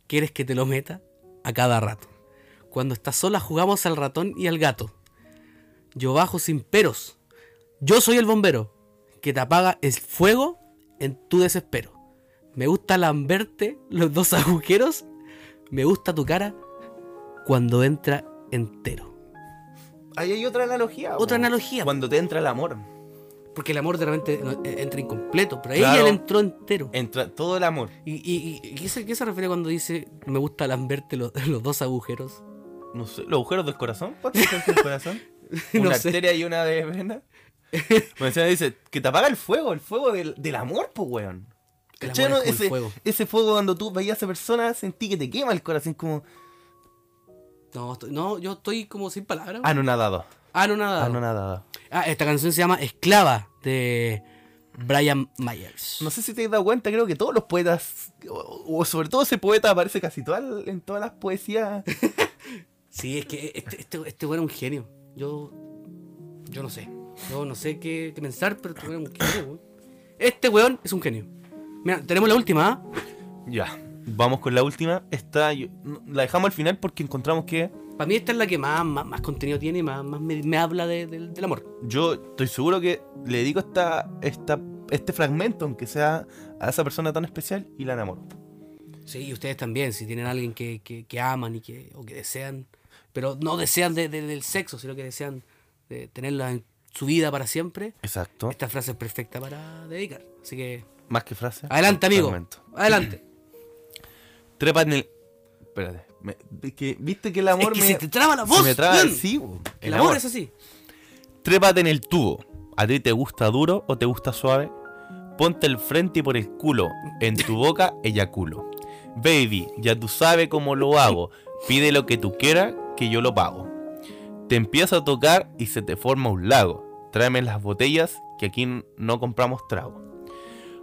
S3: ¿Quieres que te lo meta a cada rato? Cuando estás sola jugamos al ratón y al gato. Yo bajo sin peros. Yo soy el bombero que te apaga el fuego en tu desespero. Me gusta lamberte los dos agujeros. Me gusta tu cara cuando entra entero.
S2: Ahí hay otra analogía.
S3: Otra
S2: po.
S3: analogía.
S2: Cuando te entra el amor.
S3: Porque el amor de repente no, eh, entra incompleto, pero
S2: Claro.
S3: ella le entró entero.
S2: Entra todo el amor.
S3: ¿Y, y, y- y qué, se, qué se refiere cuando dice me gusta lamberte los, [laughs] los dos agujeros?
S2: No sé, los agujeros del corazón. ¿Cuántos son del corazón?
S3: [laughs] No
S2: Una
S3: sé.
S2: arteria y una de
S3: [laughs]
S2: vena. Me decía, dice, que te apaga el fuego, el fuego del, del amor, pues, weón.
S3: El
S2: ¿Cachai,
S3: amor
S2: no?
S3: es como el
S2: ese,
S3: fuego.
S2: ese fuego cuando tú veías a esa persona, sentí que te quema el corazón, como
S3: No, estoy- no yo estoy como sin palabras. Ah,
S2: anonadado.
S3: no, nada.
S2: Anonadado.
S3: Ah, esta canción se llama Esclava de Brian Myers.
S2: No sé si te has dado cuenta, creo que todos los poetas, o, o sobre todo ese poeta aparece casi toda- en todas las poesías.
S3: Sí, es que este, este, este güey era un genio. Yo. Yo no sé. Yo no sé qué, qué pensar, pero este weón era un genio, weón. Este weón es un genio. Mira, tenemos la última, ¿ah?
S2: Ya, vamos con la última. Esta yo- la dejamos al final porque encontramos que
S3: Para mí esta es la que más, más, más contenido tiene y más, más me, me habla de- del- del amor.
S2: yo estoy seguro que le dedico esta, esta, este fragmento, aunque sea a esa persona tan especial, y la enamoro.
S3: Sí, y ustedes también, si tienen a alguien que, que- que aman y que, o que desean, pero no desean de- de- del sexo, sino que desean de tenerla en su vida para siempre,
S2: Exacto.
S3: esta frase es perfecta para dedicar. Así que,
S2: Más que frase.
S3: adelante amigo,
S2: fragmento.
S3: adelante.
S2: Trepa en el. Espérate. me- es que, ¿Viste que el amor
S3: es que
S2: me.
S3: se te traba la
S2: se
S3: voz,
S2: me traba-
S3: weón.
S2: sí, bo,
S3: el amor, es así.
S2: Trépate en el tubo. ¿A ti te gusta duro o te gusta suave? Ponte el frente y por el culo. En tu boca [laughs] eyaculo. Baby, ya tú sabes cómo lo hago. Pide lo que tú quieras, que yo lo pago. Te empiezo a tocar y se te forma un lago. Tráeme las botellas, que aquí n- no compramos trago.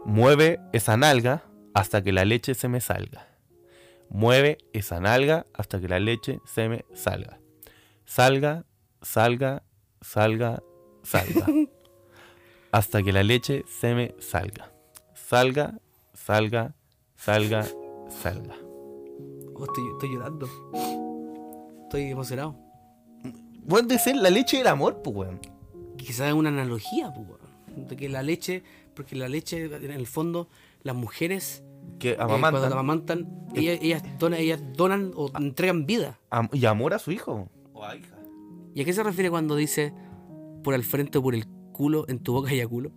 S2: Mueve esa nalga hasta que la leche se me salga. Mueve esa nalga hasta que la leche se me salga. Salga, salga, salga, salga. [laughs] Hasta que la leche se me salga. Salga, salga, salga, salga.
S3: Oh, estoy, estoy llorando. Estoy emocionado.
S2: Bueno, de ser la leche del amor, pues, weón.
S3: Quizás es una analogía, pues, weón, de que la leche, porque la leche, en el fondo, las mujeres,
S2: Que
S3: eh,
S2: amamanta.
S3: cuando la amamantan, ellas, ellas donan, ellas donan o entregan vida.
S2: am- y amor a su hijo.
S3: ¿Y a qué se refiere cuando dice por el frente o por el culo, en tu boca y a culo?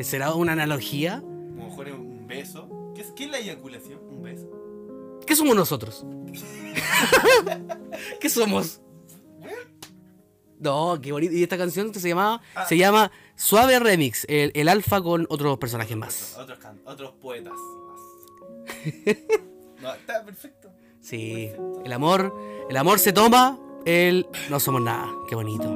S3: ¿Será una analogía?
S2: mejor un beso. ¿Qué es, la eyaculación? Un beso.
S3: ¿Qué somos nosotros? [laughs] ¿Qué somos? No, qué bonito. Y esta canción se llamaba, se llama Suave Remix, el, el alfa con otros personajes más.
S2: Otros, otros poetas.
S3: [laughs]
S2: no, está perfecto.
S3: Sí, el amor, el amor se toma, el no somos nada. Qué bonito.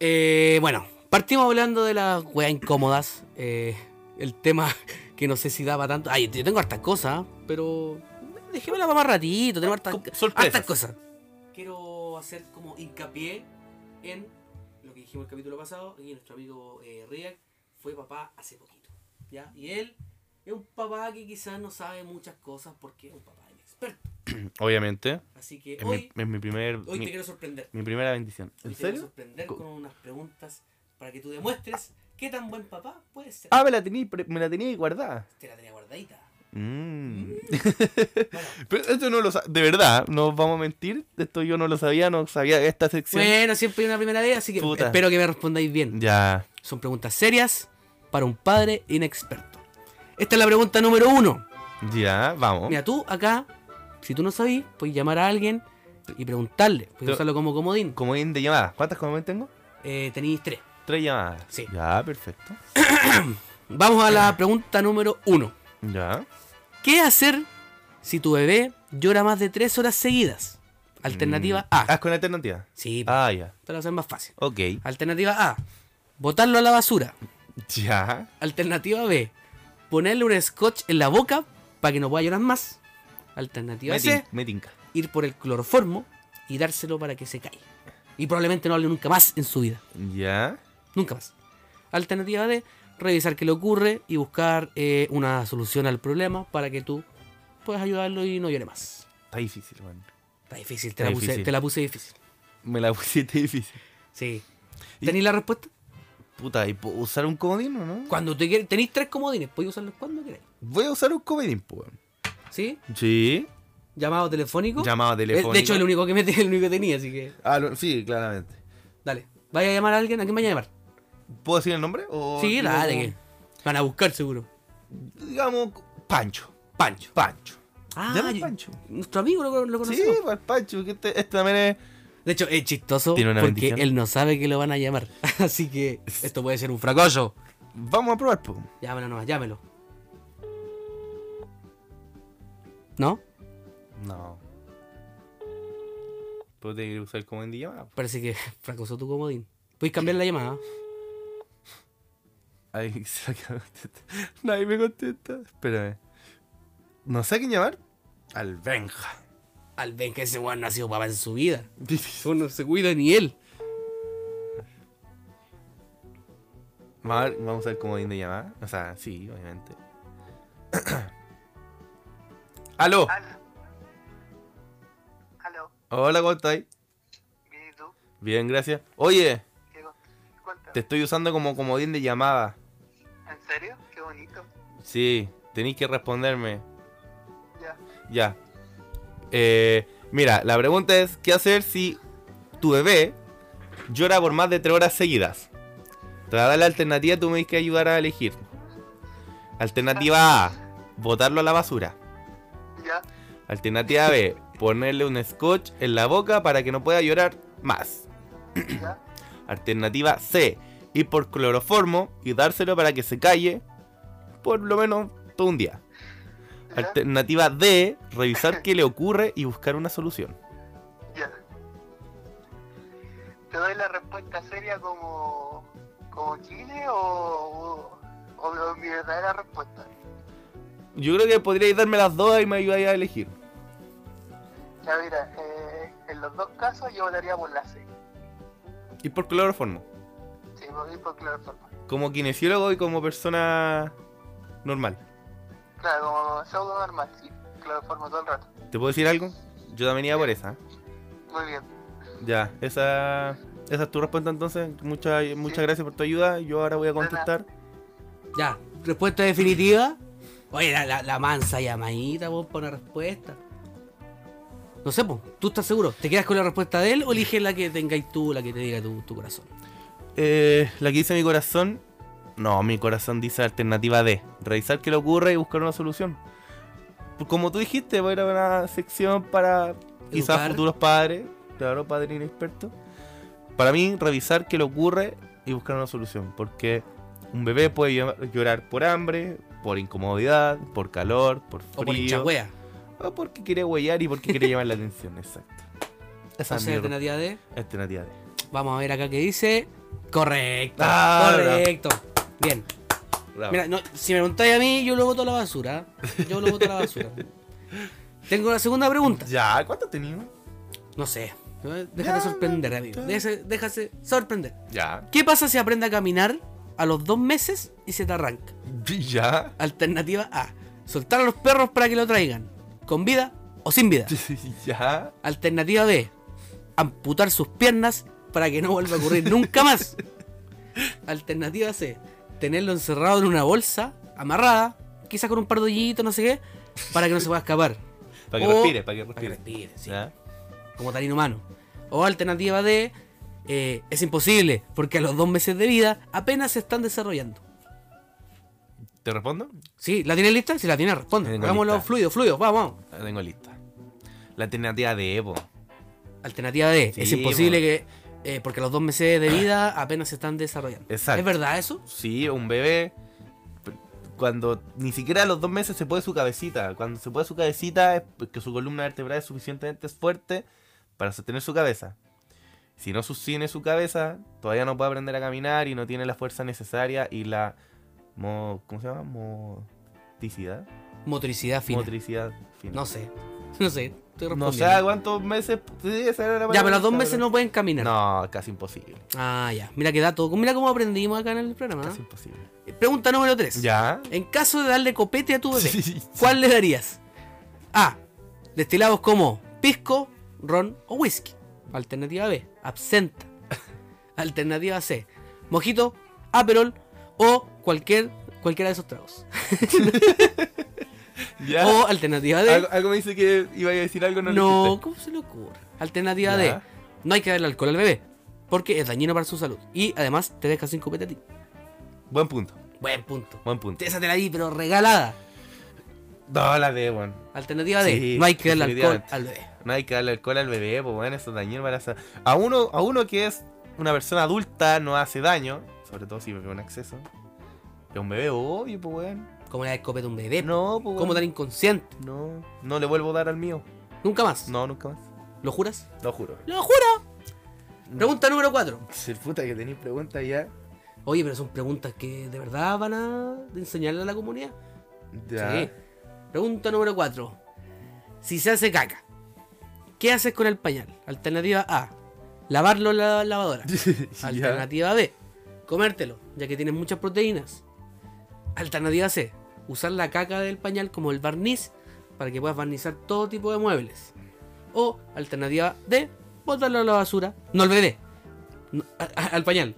S3: Eh, bueno, partimos hablando de las weas incómodas. eh, el tema que no sé si daba tanto. Ay, yo tengo hartas cosas, pero. Dejémosla para más ratito. Tengo hartas,
S2: Co- sorpresas.
S3: hartas cosas. Quiero hacer como hincapié en lo que dijimos el capítulo pasado. Y nuestro amigo eh, Riak fue papá hace poquito. ¿ya? Y él es un papá que quizás no sabe muchas cosas porque es un papá inexperto.
S2: Obviamente.
S3: Así que
S2: Es,
S3: hoy,
S2: mi, es mi primer.
S3: hoy te
S2: Mi,
S3: quiero sorprender.
S2: mi primera bendición.
S3: Hoy te quiero sorprender con unas preguntas para que tú demuestres qué tan buen papá puedes ser.
S2: Ah, me la tenía, pre- me la tenía ahí guardada.
S3: Te la tenía guardadita.
S2: Mm. [laughs] Pero esto no lo sa- De verdad, no os vamos a mentir. Esto yo no lo sabía, no sabía esta sección.
S3: Bueno, siempre hay una primera vez, así que
S2: Puta.
S3: espero que me respondáis bien.
S2: Ya.
S3: Son preguntas serias para un padre inexperto. Esta es la pregunta número uno.
S2: Ya, vamos.
S3: Mira, tú acá, si tú no sabís, puedes llamar a alguien y preguntarle. Puedes
S2: Te-
S3: usarlo como comodín.
S2: Como en de llamadas. ¿Cuántas comodín tengo?
S3: Eh, tenéis tres.
S2: Tres llamadas.
S3: Sí.
S2: Ya, perfecto.
S3: Vamos a
S2: Ah.
S3: la pregunta número uno. Ah.
S2: Ya.
S3: ¿Qué hacer si tu bebé llora más de tres horas seguidas? Alternativa
S2: Ah,
S3: A.
S2: es con alternativa.
S3: Sí,
S2: Ah, ya.
S3: para hacer más fácil.
S2: Ok.
S3: Alternativa A. Botarlo a la basura.
S2: Ya.
S3: Alternativa B. Ponerle un scotch en la boca para que no pueda llorar más. Alternativa
S2: Me,
S3: C.
S2: tin- me tinca.
S3: Ir por el cloroformo y dárselo para que se caiga. Y probablemente no hable nunca más en su vida.
S2: Ya.
S3: Nunca más. Alternativa D. Revisar qué le ocurre y buscar eh, una solución al problema para que tú puedas ayudarlo y no llore más.
S2: Está difícil, weón.
S3: Está difícil, te,
S2: Está
S3: la, puse,
S2: difícil.
S3: te la puse difícil.
S2: Me la [laughs] pusiste difícil.
S3: Sí.
S2: Y-
S3: ¿Tenéis la respuesta?
S2: Puta, ¿y puedo usar un comodín o no?
S3: Cuando te quieres. Tenéis tres comodines, podéis usarlos cuando queráis.
S2: Voy a usar un comodín, po, weón.
S3: ¿Sí?
S2: Sí.
S3: Llamado telefónico.
S2: Llamado
S3: Eh,
S2: telefónico.
S3: De hecho, el único que me [laughs] el único que tenía, así que.
S2: Ah, lo- sí, claramente.
S3: Dale. ¿Vaya a llamar a alguien? ¿A quién vaya a llamar?
S2: ¿Puedo decir el nombre? O
S3: sí,
S2: digo
S3: dale.
S2: como-
S3: que Van a buscar seguro.
S2: Digamos, Pancho.
S3: Pancho.
S2: Pancho.
S3: Ah,
S2: Llama a
S3: yo-
S2: Pancho.
S3: Nuestro amigo lo, lo
S2: Sí,
S3: conocimos.
S2: pues Pancho, que este, este también es.
S3: De hecho, es chistoso
S2: Tiene una
S3: porque
S2: bendición.
S3: él no sabe que lo van a llamar. [laughs] Así que esto puede ser un fracaso.
S2: Vamos a probar, po.
S3: Llámelo nomás, llámelo. ¿No?
S2: No. ¿Puedo tener que usar el comodín de llamada?
S3: Parece que [laughs] fracasó tu comodín. Puedes cambiar la llamada.
S2: [laughs] Ay, será que me contesta. Nadie me contesta. Espérame. No sé a quién llamar. Al Benja.
S3: Al ven que ese weón no ha sido papá en
S2: [laughs]
S3: su vida. Eso no se cuida ni él.
S2: Vamos a ver- vamos a ver comodín de llamada. O sea, sí, obviamente. [clears throat] ¡Aló!
S6: Aló,
S2: Hola, ¿cómo estáis?
S6: bien, ¿y tú?
S2: Bien, gracias. Oye,
S6: ¿Qué con- qué cuentas?
S2: te estoy usando como comodín de llamada.
S6: ¿En serio? Qué bonito.
S2: Sí, tenéis que responderme.
S6: Ya.
S2: Ya. Eh, mira, la pregunta es, ¿qué hacer si tu bebé llora por más de tres horas seguidas? Te voy a dar la alternativa, tú me tienes que ayudar a elegir. Alternativa A, botarlo a la basura.
S6: Ya.
S2: Alternativa B, ponerle un scotch en la boca para que no pueda llorar más. [clears throat]
S6: Ya.
S2: Alternativa C, ir por cloroformo y dárselo para que se calle por lo menos todo un día.
S6: ya,
S2: Alternativa D, revisar qué le ocurre y buscar una solución.
S6: Ya. ¿Te doy la respuesta seria como, como Chile o, o, o lo- mi verdadera respuesta?
S2: Yo creo que podríais darme las dos y me ayudáis a elegir.
S6: Ya, mira, eh, en los dos casos yo votaría por la C.
S2: Ir por cloroformo.
S6: Sí, por, y por cloroformo.
S2: Como kinesiólogo y como persona normal.
S6: Claro, como pseudo normal, sí. Cloroformo todo el rato.
S2: ¿Te puedo decir algo? Yo también iba por esa. ¿eh?
S6: Muy bien.
S2: Ya, esa, esa es tu respuesta entonces. Muchas muchas gracias por tu ayuda. Yo ahora voy a contestar.
S3: Ya, respuesta definitiva. Oye, la, la, la mansa llamadita, vos, para una respuesta. No sé, pues, tú estás seguro. ¿Te quedas con la respuesta de él o eliges la que tengáis tú, la que te diga tu, tu corazón?
S2: Eh, la que dice mi corazón. No, mi corazón dice alternativa D. Revisar qué le ocurre y buscar una solución. Pues Como tú dijiste, voy a ir a una sección para quizás
S3: Educar.
S2: futuros padres. Claro, padre inexperto. Para mí, revisar qué le ocurre y buscar una solución. Porque un bebé puede llo- llorar por hambre, por incomodidad, por calor, por frío.
S3: O por hinchagüea.
S2: o Ah, porque quiere huellar y porque quiere llamar la atención. Exacto. Esa es
S3: Entonces,
S2: mi
S3: alternativa D.
S2: alternativa D.
S3: Vamos a ver acá qué dice. Correcto.
S2: Ah,
S3: correcto. Bien.
S2: Bravo.
S3: Mira, no, si me preguntáis a mí, yo lo voto a la basura. ¿eh? Yo lo voto a la basura. Tengo una segunda pregunta.
S2: Ya, ¿cuánto teníamos?
S3: No sé. ¿eh? Déjate sorprender, amigo. Déjase, déjase sorprender.
S2: Ya. [laughs]
S3: ¿Qué pasa si aprende a caminar a los dos meses y se te arranca?
S2: Ya. [laughs]
S3: Alternativa A. Soltar a los perros para que lo traigan. ¿Con vida o sin vida?
S2: Ya.
S3: Alternativa B. Amputar sus piernas para que no vuelva a ocurrir nunca más. Alternativa C. Tenerlo encerrado en una bolsa, amarrada, quizás con un par de hoyitos, no sé qué, para que no se pueda escapar.
S2: Para que
S3: O-
S2: respire, Oh. para que
S3: Para que
S2: respire.
S3: respire, sí,
S2: Ya.
S3: como tan inhumano. O alternativa D. eh, es imposible, porque a los dos meses de vida apenas se están desarrollando.
S2: ¿Te respondo?
S3: Sí, ¿la tiene lista? Si la tiene, responde.
S2: Tengo
S3: Hagámoslo
S2: lista.
S3: fluido, fluido, vamos. vamos.
S2: La tengo lista. La alternativa de Evo.
S3: Alternativa D. es
S2: Sí,
S3: imposible
S2: bueno.
S3: que. eh, porque los dos meses de vida apenas se están desarrollando.
S2: Exacto.
S3: ¿Es verdad eso?
S2: Sí, un bebé. p- Cuando ni siquiera a los dos meses se puede su cabecita. Cuando se puede su cabecita es porque su columna vertebral es suficientemente fuerte para sostener su cabeza. Si no sostiene su cabeza, todavía no puede aprender a caminar y no tiene la fuerza necesaria y la. mo- ¿Cómo se llama? Motricidad.
S3: Motricidad fina.
S2: Motricidad fina.
S3: No sé. [laughs] No sé. Estoy respondiendo.
S2: No sé a cuántos meses. sí, esa era la
S3: ya,
S2: palabra
S3: pero los dos
S2: exacta,
S3: meses
S2: pero-
S3: no pueden caminar.
S2: No, casi imposible.
S3: Ah, ya. Mira qué dato. Mira cómo aprendimos acá en el programa.
S2: Casi imposible.
S3: ¿eh? Pregunta número 3.
S2: ¿Ya?
S3: En caso de darle copete a tu bebé, ¿cuál le darías? A. Destilados como pisco, ron o whisky. Alternativa B. Absenta. [laughs] Alternativa C. Mojito, aperol o cualquier, cualquiera de esos tragos.
S2: [laughs] ¿Ya?
S3: O alternativa D.
S2: Algo, algo me dice que iba a decir algo, no, lo
S3: No,
S2: dijiste.
S3: ¿cómo se le ocurre? Alternativa
S2: Ya.
S3: D. No hay que darle alcohol al bebé. Porque es dañino para su salud. Y además te deja sin copete a ti.
S2: Buen punto,
S3: Buen punto.
S2: buen punto.
S3: Esa te la di, pero regalada.
S2: No, la de, weón.
S3: Alternativa D.
S2: Sí,
S3: no hay que darle alcohol
S2: definitivamente.
S3: al bebé.
S2: No hay que darle alcohol al bebé, pues, weón, eso es dañino para la salud. A uno, a uno que es una persona adulta no hace daño, sobre todo si bebe un exceso. Es un bebé, obvio, pues, weón.
S3: Como le da el copete a un bebé.
S2: No, pues,
S3: Como
S2: weón.
S3: tan inconsciente.
S2: No, no le vuelvo a dar al mío.
S3: Nunca más.
S2: No, nunca más.
S3: ¿Lo juras?
S2: Lo [laughs] juro.
S3: ¡Lo juro! Pregunta número 4.
S2: El puta que tenéis preguntas ya.
S3: Oye, pero son preguntas que de verdad van a enseñarle a la comunidad.
S2: Ya.
S3: Sí. Pregunta número 4. Si se hace caca, ¿qué haces con el pañal? Alternativa A. Lavarlo en la lavadora.
S2: [laughs] Ya.
S3: Alternativa B. Comértelo, ya que tiene muchas proteínas. Alternativa C. Usar la caca del pañal como el barniz para que puedas barnizar todo tipo de muebles. O alternativa D. Botarlo a la basura. No al bebé. no, a- a-
S2: [laughs]
S3: al pañal.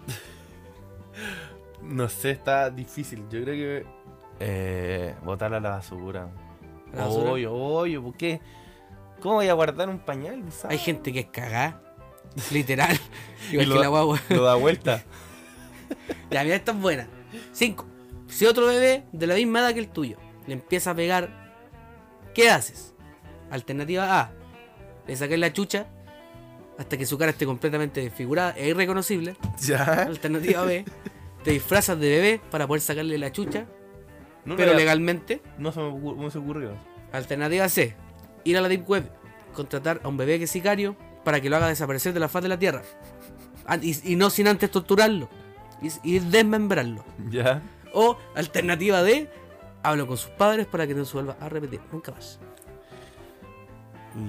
S2: No sé, está difícil. Yo creo que. Eh, botarla a la basura.
S3: A la basura.
S2: Obvio, obvio, ¿por qué? ¿Cómo voy a guardar un pañal? ¿Sabes?
S3: Hay gente que es cagada. Literal. Igual
S2: Y lo
S3: que
S2: da-
S3: la guagua.
S2: Lo da
S3: [laughs]
S2: vuelta.
S3: La vida es tan buena. 5. Si otro bebé de la misma edad que el tuyo le empieza a pegar, ¿qué haces? Alternativa A. Le sacas la chucha hasta que su cara esté completamente desfigurada e irreconocible.
S2: ¿Ya?
S3: Alternativa B. Te disfrazas de bebé para poder sacarle la chucha,
S2: No,
S3: pero
S2: no,
S3: legalmente.
S2: No se me ocurrió. No se ocurrió.
S3: Alternativa C. Ir a la Deep Web. Contratar a un bebé que es sicario para que lo haga desaparecer de la faz de la tierra. Ah, Y, y no sin antes torturarlo. Y- y desmembrarlo.
S2: ¿Ya?
S3: O alternativa D, hablo con sus padres para que no se vuelva a repetir nunca más.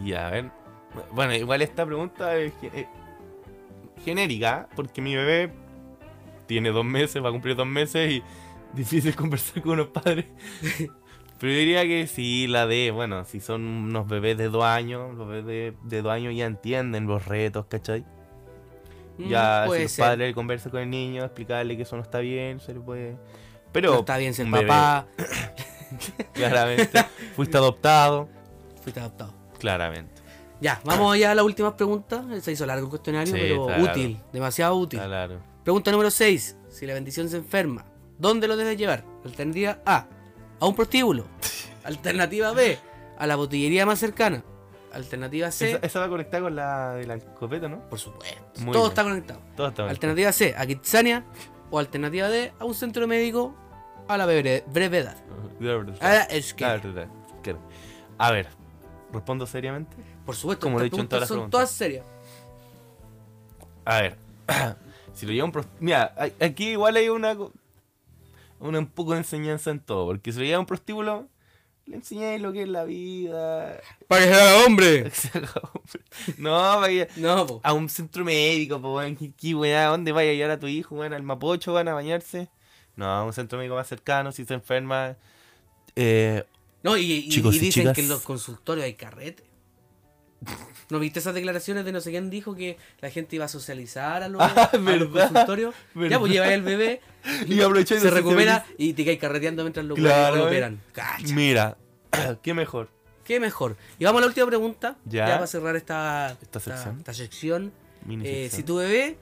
S2: Ya, a ver. Bueno, igual esta pregunta es ge- eh, genérica, porque mi bebé tiene dos meses, va a cumplir dos meses y [laughs] difícil conversar con unos
S3: [laughs]
S2: padres. Pero yo diría que sí, la de, bueno, si son unos bebés de dos años, los bebés de, de dos años ya entienden los retos, ¿cachai? Ya,
S3: Mm,
S2: si
S3: puede
S2: los
S3: ser.
S2: padres conversan con el niño, explicarle que eso no está bien, se le puede... Pero...
S3: No está bien ser
S2: un bebé,
S3: papá,
S2: [laughs] Claramente. Fuiste adoptado,
S3: fuiste adoptado.
S2: claramente.
S3: Ya, vamos allá a la última pregunta. Se hizo largo el cuestionario,
S2: Sí,
S3: pero
S2: está largo.
S3: útil, demasiado útil.
S2: Claro.
S3: Pregunta número 6. Si la bendición se enferma, ¿dónde lo debes llevar? Alternativa A, a un
S2: [laughs]
S3: prostíbulo. Alternativa B, a la botillería más cercana. Alternativa C,
S2: Esa, esa va conectada con la de la escopeta, ¿no?
S3: por supuesto.
S2: Muy
S3: Todo
S2: bien.
S3: está conectado.
S2: Todo está conectado.
S3: Alternativa C, a Kitsania. O alternativa D, a un centro médico a la breve- brevedad. A la esquina.
S2: A ver, respondo seriamente.
S3: Por supuesto,
S2: Como lo he
S3: estas
S2: dicho en todas
S3: preguntas
S2: las
S3: son
S2: preguntas.
S3: todas serias.
S2: A ver, [clears throat] si lo lleva un prostituto. Mira, hay- aquí igual hay una, co- una un poco de enseñanza en todo, porque si lo lleva a un prostíbulo, le enseñáis lo que es la vida. [laughs]
S5: ¡Para que se haga hombre!
S2: no, vaya.
S3: No, po.
S2: A un centro médico, po, weón. ¿Qué, qué weá? ¿A ¿Dónde vaya a llevar a tu hijo, weón? ¿Al Mapocho van a bañarse? No, a un centro médico más cercano, si se enferma. Eh,
S3: No, y, y-
S2: Chicos
S3: y
S2: y
S3: dicen
S2: chicas.
S3: que en los consultorios hay carrete. ¿No viste esas declaraciones de no sé quién dijo que la gente iba a socializar a los,
S2: [laughs] Ah,
S3: a los
S2: ¿verdad?
S3: consultorios? Ya,
S2: ¿Verdad?
S3: pues lleváis al bebé,
S2: [laughs] y aprovechando
S3: se recupera y te caes carreteando mientras los
S2: Claro,
S3: lo
S2: eh.
S3: operan. Cacha,
S2: Mira, [coughs] qué mejor.
S3: qué mejor. Y vamos a la última pregunta, ya,
S2: Ya.
S3: para cerrar esta,
S2: Esta sección.
S3: esta sección.
S2: Mini
S3: Eh, si
S2: sección.
S3: tu bebé,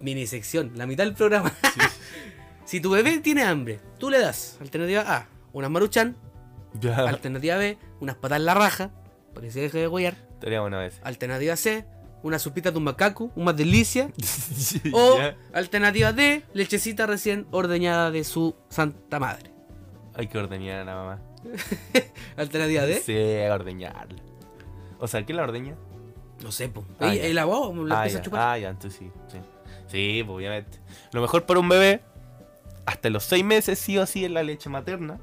S3: mini sección, la mitad del programa. [laughs] si tu bebé tiene hambre, tú le das alternativa A, unas maruchan,
S2: Ya,
S3: [laughs] alternativa B, unas patas en la raja, para que se deje de huear.
S2: estaría buena vez.
S3: Alternativa C, una sopita de un macaco,
S2: [laughs]
S3: una delicia. O
S2: Ya.
S3: alternativa D, lechecita recién ordeñada de su santa madre.
S2: Hay que ordeñar a la mamá.
S3: Alternativa D,
S2: Sí, ordeñarla. O sea, ¿qué la ordeña?
S3: no sé, po.
S2: Ah,
S3: Ey,
S2: ya.
S3: el agua la
S2: ah, ya.
S3: empieza a chupar.
S2: ah, ya, entonces sí. Sí, Sí, pues, obviamente. Lo mejor para un bebé, hasta los seis meses, sí o sí, es la leche materna.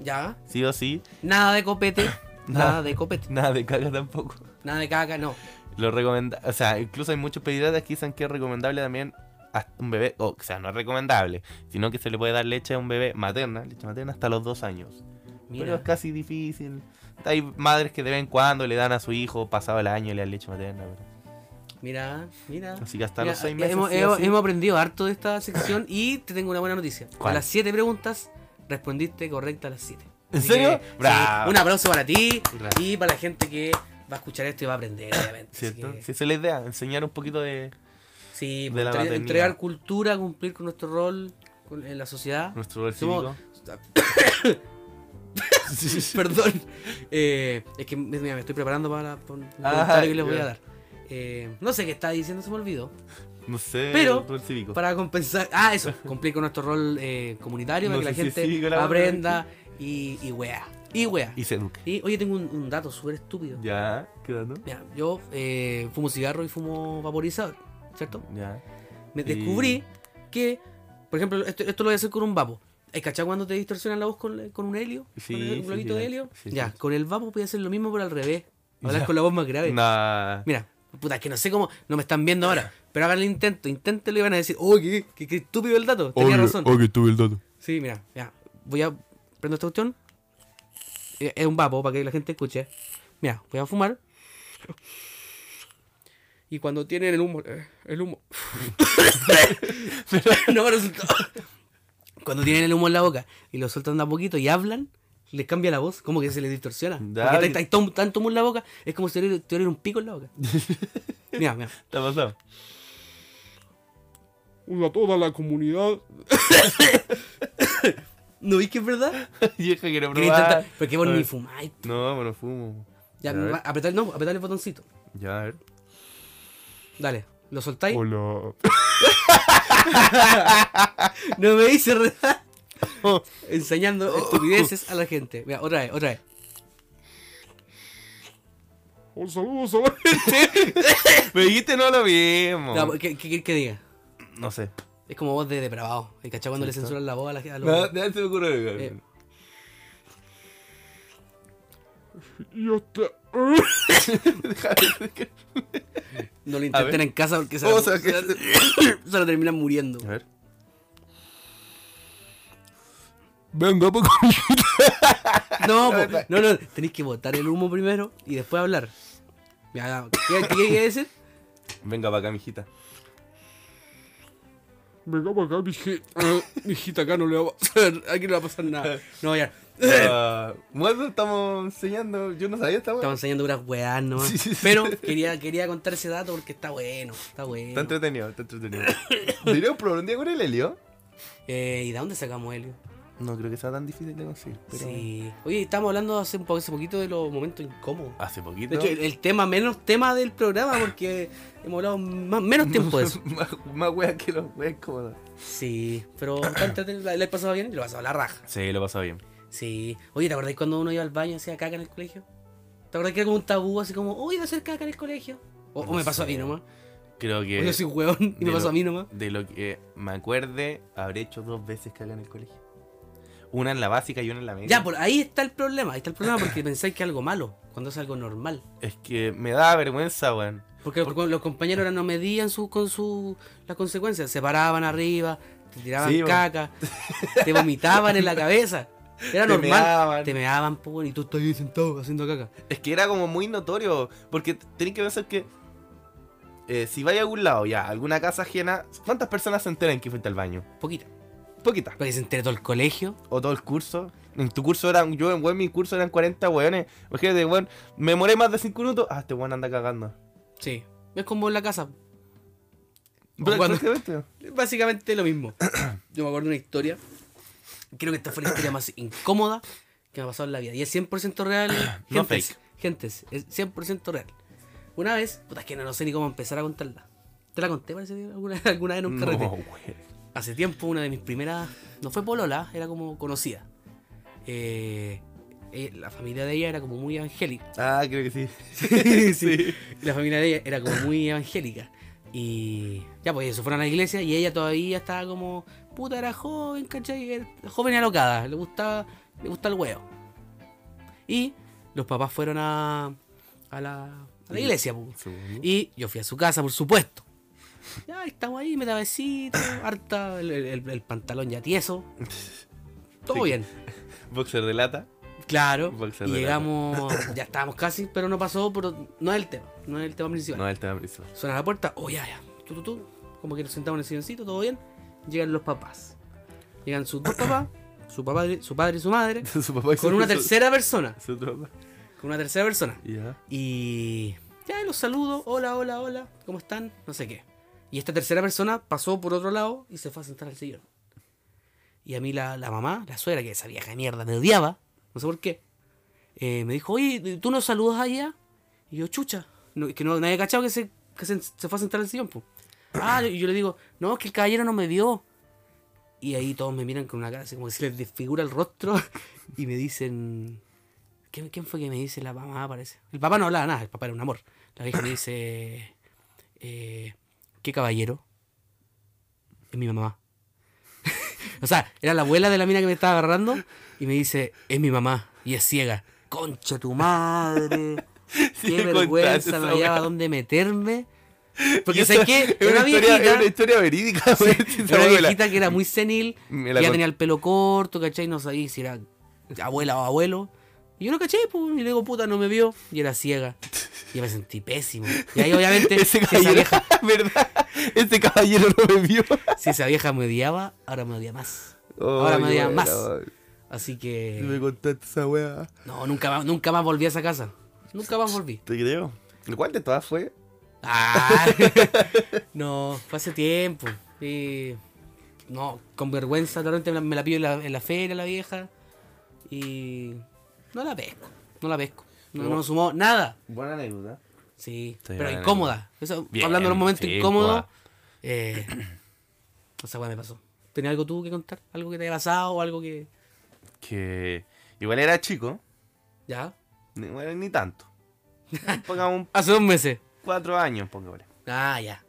S3: Ya.
S2: Sí o sí.
S3: Nada de copete, nada de copete,
S2: [laughs] Nada de caca tampoco.
S3: nada de caca, no.
S2: Lo recomenda O sea, incluso hay muchos pediatras que dicen que es recomendable también a un bebé. O, sea, no es recomendable, sino que se le puede dar leche a un bebé materna, leche materna hasta los dos años. Pero
S3: Mira,
S2: es casi difícil. Hay madres que de vez en cuando le dan a su hijo, pasado el año, le dan leche materna. pero-
S3: mira, mira.
S2: Así que hasta
S3: Ah. Mira, eh,
S2: los seis meses.
S3: hemos,
S2: sí o
S3: hemos-
S2: sí.
S3: hemos aprendido harto de esta sección y te tengo una buena noticia.
S2: ¿Cuál?
S3: A las siete preguntas respondiste correcta a las siete.
S2: ¿En
S3: Así
S2: serio?
S3: que, sí,
S2: Bravo.
S3: un aplauso para ti
S2: Gracias.
S3: y para la gente que va a escuchar esto y va a aprender, obviamente. Así
S2: ¿Cierto?
S3: que,
S2: Sí, esa es la idea, enseñar un poquito de de
S3: sí,
S2: la
S3: entre-
S2: maternidad.
S3: entregar cultura, cumplir con nuestro rol con- en
S2: [laughs]
S3: la sociedad. [laughs]
S2: nuestro rol
S3: Somos-
S2: cívico.
S3: Perdón. Eh, es que mira, me estoy preparando para, para un
S2: Ah,
S3: comentario que les voy a
S2: ya.
S3: dar. Eh, no sé qué estaba diciendo, se me olvidó.
S2: No sé,
S3: Pero,
S2: rol cívico.
S3: Para compensar. Ah, eso. Cumplir con nuestro rol eh, comunitario
S2: No
S3: para que la
S2: sé si
S3: gente
S2: sigo la
S3: aprenda y, y wea. Y wea.
S2: Y se eduque.
S3: Y oye, tengo un, un dato súper estúpido.
S2: Ya, quedando.
S3: Mira, yo eh, fumo cigarro y fumo vaporizador, ¿cierto?
S2: Ya.
S3: Me
S2: Y-
S3: descubrí que, por ejemplo, esto, esto lo voy a hacer con un vapo. ¿Hay cachado cuando te distorsionan la voz con, con un helio?
S2: Sí,
S3: ¿Con el- un
S2: sí,
S3: globito de
S2: sí,
S3: helio?
S2: sí,
S3: ya,
S2: sí.
S3: con el vapo voy a hacer lo mismo, pero al revés. Hablar
S2: Ya.
S3: con la voz más grave.
S2: Nah.
S3: Mira, puta, es que no sé cómo, no me están viendo ahora, pero hagan el intento, inténtelo y van a decir, oh, qué, qué- qué estúpido el dato, tenía razón.
S5: Oye, tuve el dato.
S3: Sí, mira, ya, voy a, prendo esta cuestión, Eh, es un vapo para que la gente escuche. Mira, voy a fumar. Y cuando tienen el humo, eh, el humo... [laughs] no me resultó. Cuando tienen el humo en la boca y lo sueltan de a poquito y hablan, les cambia la voz, como que se les distorsiona.
S2: Ya,
S3: Porque hay,
S2: y-
S3: hay tom- tanto humo en la boca, es como si tuviera tuviera un pico en la boca.
S2: [laughs]
S3: Mira, mira.
S2: ¿Te ha pasado? [laughs]
S7: a toda la comunidad.
S3: ¿No vi que es verdad?
S2: Vieja, quiero
S3: Quería intentar-
S2: probar.
S3: Porque vos ni fumáis.
S2: No, me lo fumo.
S3: Ya,
S2: A ver.
S3: va- apretar, no, apretar el botoncito.
S2: Ya, a ver. [coughs]
S3: Dale, lo soltáis.
S7: Hola.
S3: [laughs] No me hice [laughs] ¿verdad? Enseñando estupideces a la gente. Mira, otra vez, otra vez.
S7: Un saludo, saludo.
S2: Me dijiste no lo mismo.
S3: No, ¿qué, qué, qué- qué diga?
S2: No sé.
S3: Es como voz de depravado. ¿Y cachá cuando le censuran la voz a la gente?
S2: No, no se me ocurre. [laughs]
S3: Eh.
S7: Yo te.
S3: No lo
S2: A
S3: intenten
S2: ver.
S3: en casa porque se,
S2: Oh,
S3: lo
S2: o sea, que-
S3: terminan muriendo.
S2: A ver.
S5: Venga, poco.
S3: No, po, no, no, tenéis que botar el humo primero y después hablar. Mira, ¿qué, qué quería [laughs] decir?
S2: Venga para acá,
S3: [laughs]
S2: mijita.
S7: Venga para acá, dije.
S3: Mijita, acá no le va a pasar, aquí no va a pasar nada. No, ya.
S2: Ah, Bueno, estamos enseñando. Yo no sabía, estamos.
S3: Estaba enseñando unas weas nomás.
S2: Sí, sí, sí.
S3: Pero quería, quería contar ese dato porque está bueno, está bueno.
S2: Está entretenido, está entretenido. ¿Diría un problema un día con el helio?
S3: Eh, ¿Y de dónde sacamos helio?
S2: No creo que sea tan difícil de conseguir. Pero...
S3: Sí. Oye, estábamos hablando hace, un po- hace poquito de los momentos incómodos.
S2: Hace poquito.
S3: De hecho, el, el tema menos tema del programa porque hemos hablado más, menos tiempo de eso.
S2: [laughs] más, más weas que los weas cómodos.
S3: Sí,
S2: [coughs]
S3: pero está entretenido, la, la he pasado bien y lo he pasado a la raja.
S2: Sí, lo pasó bien.
S3: Sí. Oye, ¿te acordás cuando uno iba al baño y hacía caca en el colegio? ¿Te acordás que era como un tabú así como, uy, iba a hacer caca en el colegio? O, o
S2: No
S3: me pasó a
S2: sé.
S3: mí nomás.
S2: Creo que.
S3: Yo soy weón y
S2: de
S3: me pasó
S2: lo-
S3: a mí nomás.
S2: De lo que me acuerde, habré hecho dos veces caca en el colegio. Una en la básica y una en la media.
S3: Ya, por ahí está el problema. Ahí está el problema porque [coughs] pensáis que es algo malo, cuando es algo normal.
S2: Es que me da vergüenza, weón.
S3: Porque los- los compañeros ahora no medían su, con su, las consecuencias. Se paraban arriba, te tiraban
S2: Sí, pues. po.
S3: caca, te vomitaban en la cabeza. Era
S2: Te
S3: normal.
S2: meaban.
S3: Te meaban, po, weón, y tú estás ahí sentado haciendo caca.
S2: Es que era como muy notorio. Porque tenéis que pensar que. eh, si vais a algún lado, ya, a alguna casa ajena, ¿cuántas personas se enteran que fuiste al baño?
S3: Poquita.
S2: Poquitas.
S3: Para que se entere todo el colegio.
S2: O todo el curso. En tu curso eran. Yo en weón, mi curso eran 40 weones. Imagínate, weón. Me moré más de 5 minutos. Ah, este weón anda cagando.
S3: Sí. Es como en la casa.
S2: Pero
S3: cuando-
S2: prácticamente,
S3: Básicamente
S2: [coughs]
S3: lo mismo. Yo me acuerdo de una historia. Creo que esta fue la historia más incómoda que me ha pasado en la vida. Y es 100% real.
S2: [coughs] No
S3: Gentes,
S2: fake.
S3: gentes, es 100% real. Una vez, puta, es que no, no sé ni cómo empezar a contarla. ¿Te la conté, parece, alguna, [laughs] alguna vez en un
S2: No,
S3: carrete?
S2: weón.
S3: hace tiempo una de mis primeras no fue polola era como conocida Eh, eh, la familia de ella era como muy evangélica
S2: Ah, creo que sí. [laughs]
S3: [laughs] Sí. la familia de ella era como muy evangélica y ya pues eso fueron a la iglesia y ella todavía estaba como puta era joven ¿cachai? Era joven y alocada le gustaba le gusta el huevo y los papás fueron a a la, a la iglesia pues. Y yo fui a su casa, por supuesto. Ya estamos ahí, me da besito, harta, el, el- el pantalón ya tieso. Todo
S2: Sí.
S3: bien.
S2: Boxer de lata.
S3: Claro.
S2: Boxer
S3: Y
S2: de
S3: llegamos, ya estábamos casi, pero no pasó, pero no es el tema, no es el tema principal.
S2: No, el tema principal. [laughs]
S3: Suena la puerta, oh ya, ya, tú, tú, tú. Como que nos sentamos en el silloncito, todo bien. Llegan los papás. Llegan sus dos papás, su, papá, su padre y
S2: [laughs]
S3: su madre,
S2: Su papá y su-
S3: con una
S2: su-
S3: tercera persona.
S2: Su papá.
S3: Con una tercera persona.
S2: Ya.
S3: Y ya los saludo, hola, hola, hola, ¿cómo están? No sé qué. Y esta tercera persona pasó por otro lado y se fue a sentar al sillón. Y a mí la, la mamá, la suegra, que esa vieja de mierda me odiaba, no sé por qué, eh, me dijo, oye, ¿tú no saludas allá? Y yo, chucha, no, es que no, nadie ha cachado que, se, que se, se fue a sentar al sillón. po". Ah, y yo le digo, no, es que el caballero no me vio. Y ahí todos me miran con una cara así como que se les desfigura el rostro [laughs] y me dicen, ¿Quién, quién fue que me dice la mamá? Parece. El papá no hablaba nada, el papá era un amor. La vieja me dice, [clears throat] eh, ¿qué caballero? Es mi mamá. [laughs] o sea, era la abuela de la mina que me estaba agarrando y me dice, es mi mamá y es ciega. Concha tu madre.
S2: [laughs] Sí,
S3: Qué
S2: me contaste
S3: vergüenza,
S2: esa
S3: no hallaba
S2: weá.
S3: dónde meterme.
S2: [laughs] Y
S3: Porque
S2: esa
S3: sé que
S2: es
S3: una
S2: una, historia, es una
S3: viejita,
S2: historia verídica, güey. [laughs] Esa
S3: era una
S2: abuela.
S3: viejita que era muy senil,
S2: [laughs] Me
S3: que
S2: la
S3: ya
S2: cont-
S3: tenía el pelo corto, ¿cachai? No sabía si era abuela o abuelo. Y yo lo caché, pues, y le digo, puta, no me vio. Y era ciega. Y me sentí pésimo. Y ahí, obviamente,
S2: [laughs] Ese
S3: si esa,
S2: caballero,
S3: vieja,
S2: ¿verdad? Ese caballero no me vio.
S3: si esa vieja me odiaba, ahora me odia más. Ahora me
S2: Ay,
S3: odian
S2: güey,
S3: más.
S2: no.
S3: Así
S2: Me
S3: que.
S2: contaste esa weá.
S3: No, nunca más, nunca más volví a esa casa. Nunca más volví.
S2: Te creo. ¿El cual de todas fue? [laughs]
S3: Ah, no, fue hace tiempo. Y, no, con vergüenza, realmente me la- me la pido en la, en la feria la vieja. Y no la pesco, no la pesco. No,
S2: Pero-
S3: no sumó nada.
S2: Buena anécdota.
S3: Sí,
S2: Sí,
S3: pero
S2: bueno,
S3: incómoda. Eso,
S2: Bien,
S3: hablando de un momento
S2: sí,
S3: incómodo.
S2: incómoda.
S3: Eh, [clears throat] esa weá me pasó. ¿Tenía algo tú que contar? ¿Algo que te haya pasado o algo que.?
S2: Que igual era chico,
S3: ¿Ya?
S2: ni, bueno, ni
S3: [laughs]
S2: tanto. Pongamos un
S3: Hace dos meses.
S2: cuatro años, pongamos.
S3: Ah, ya.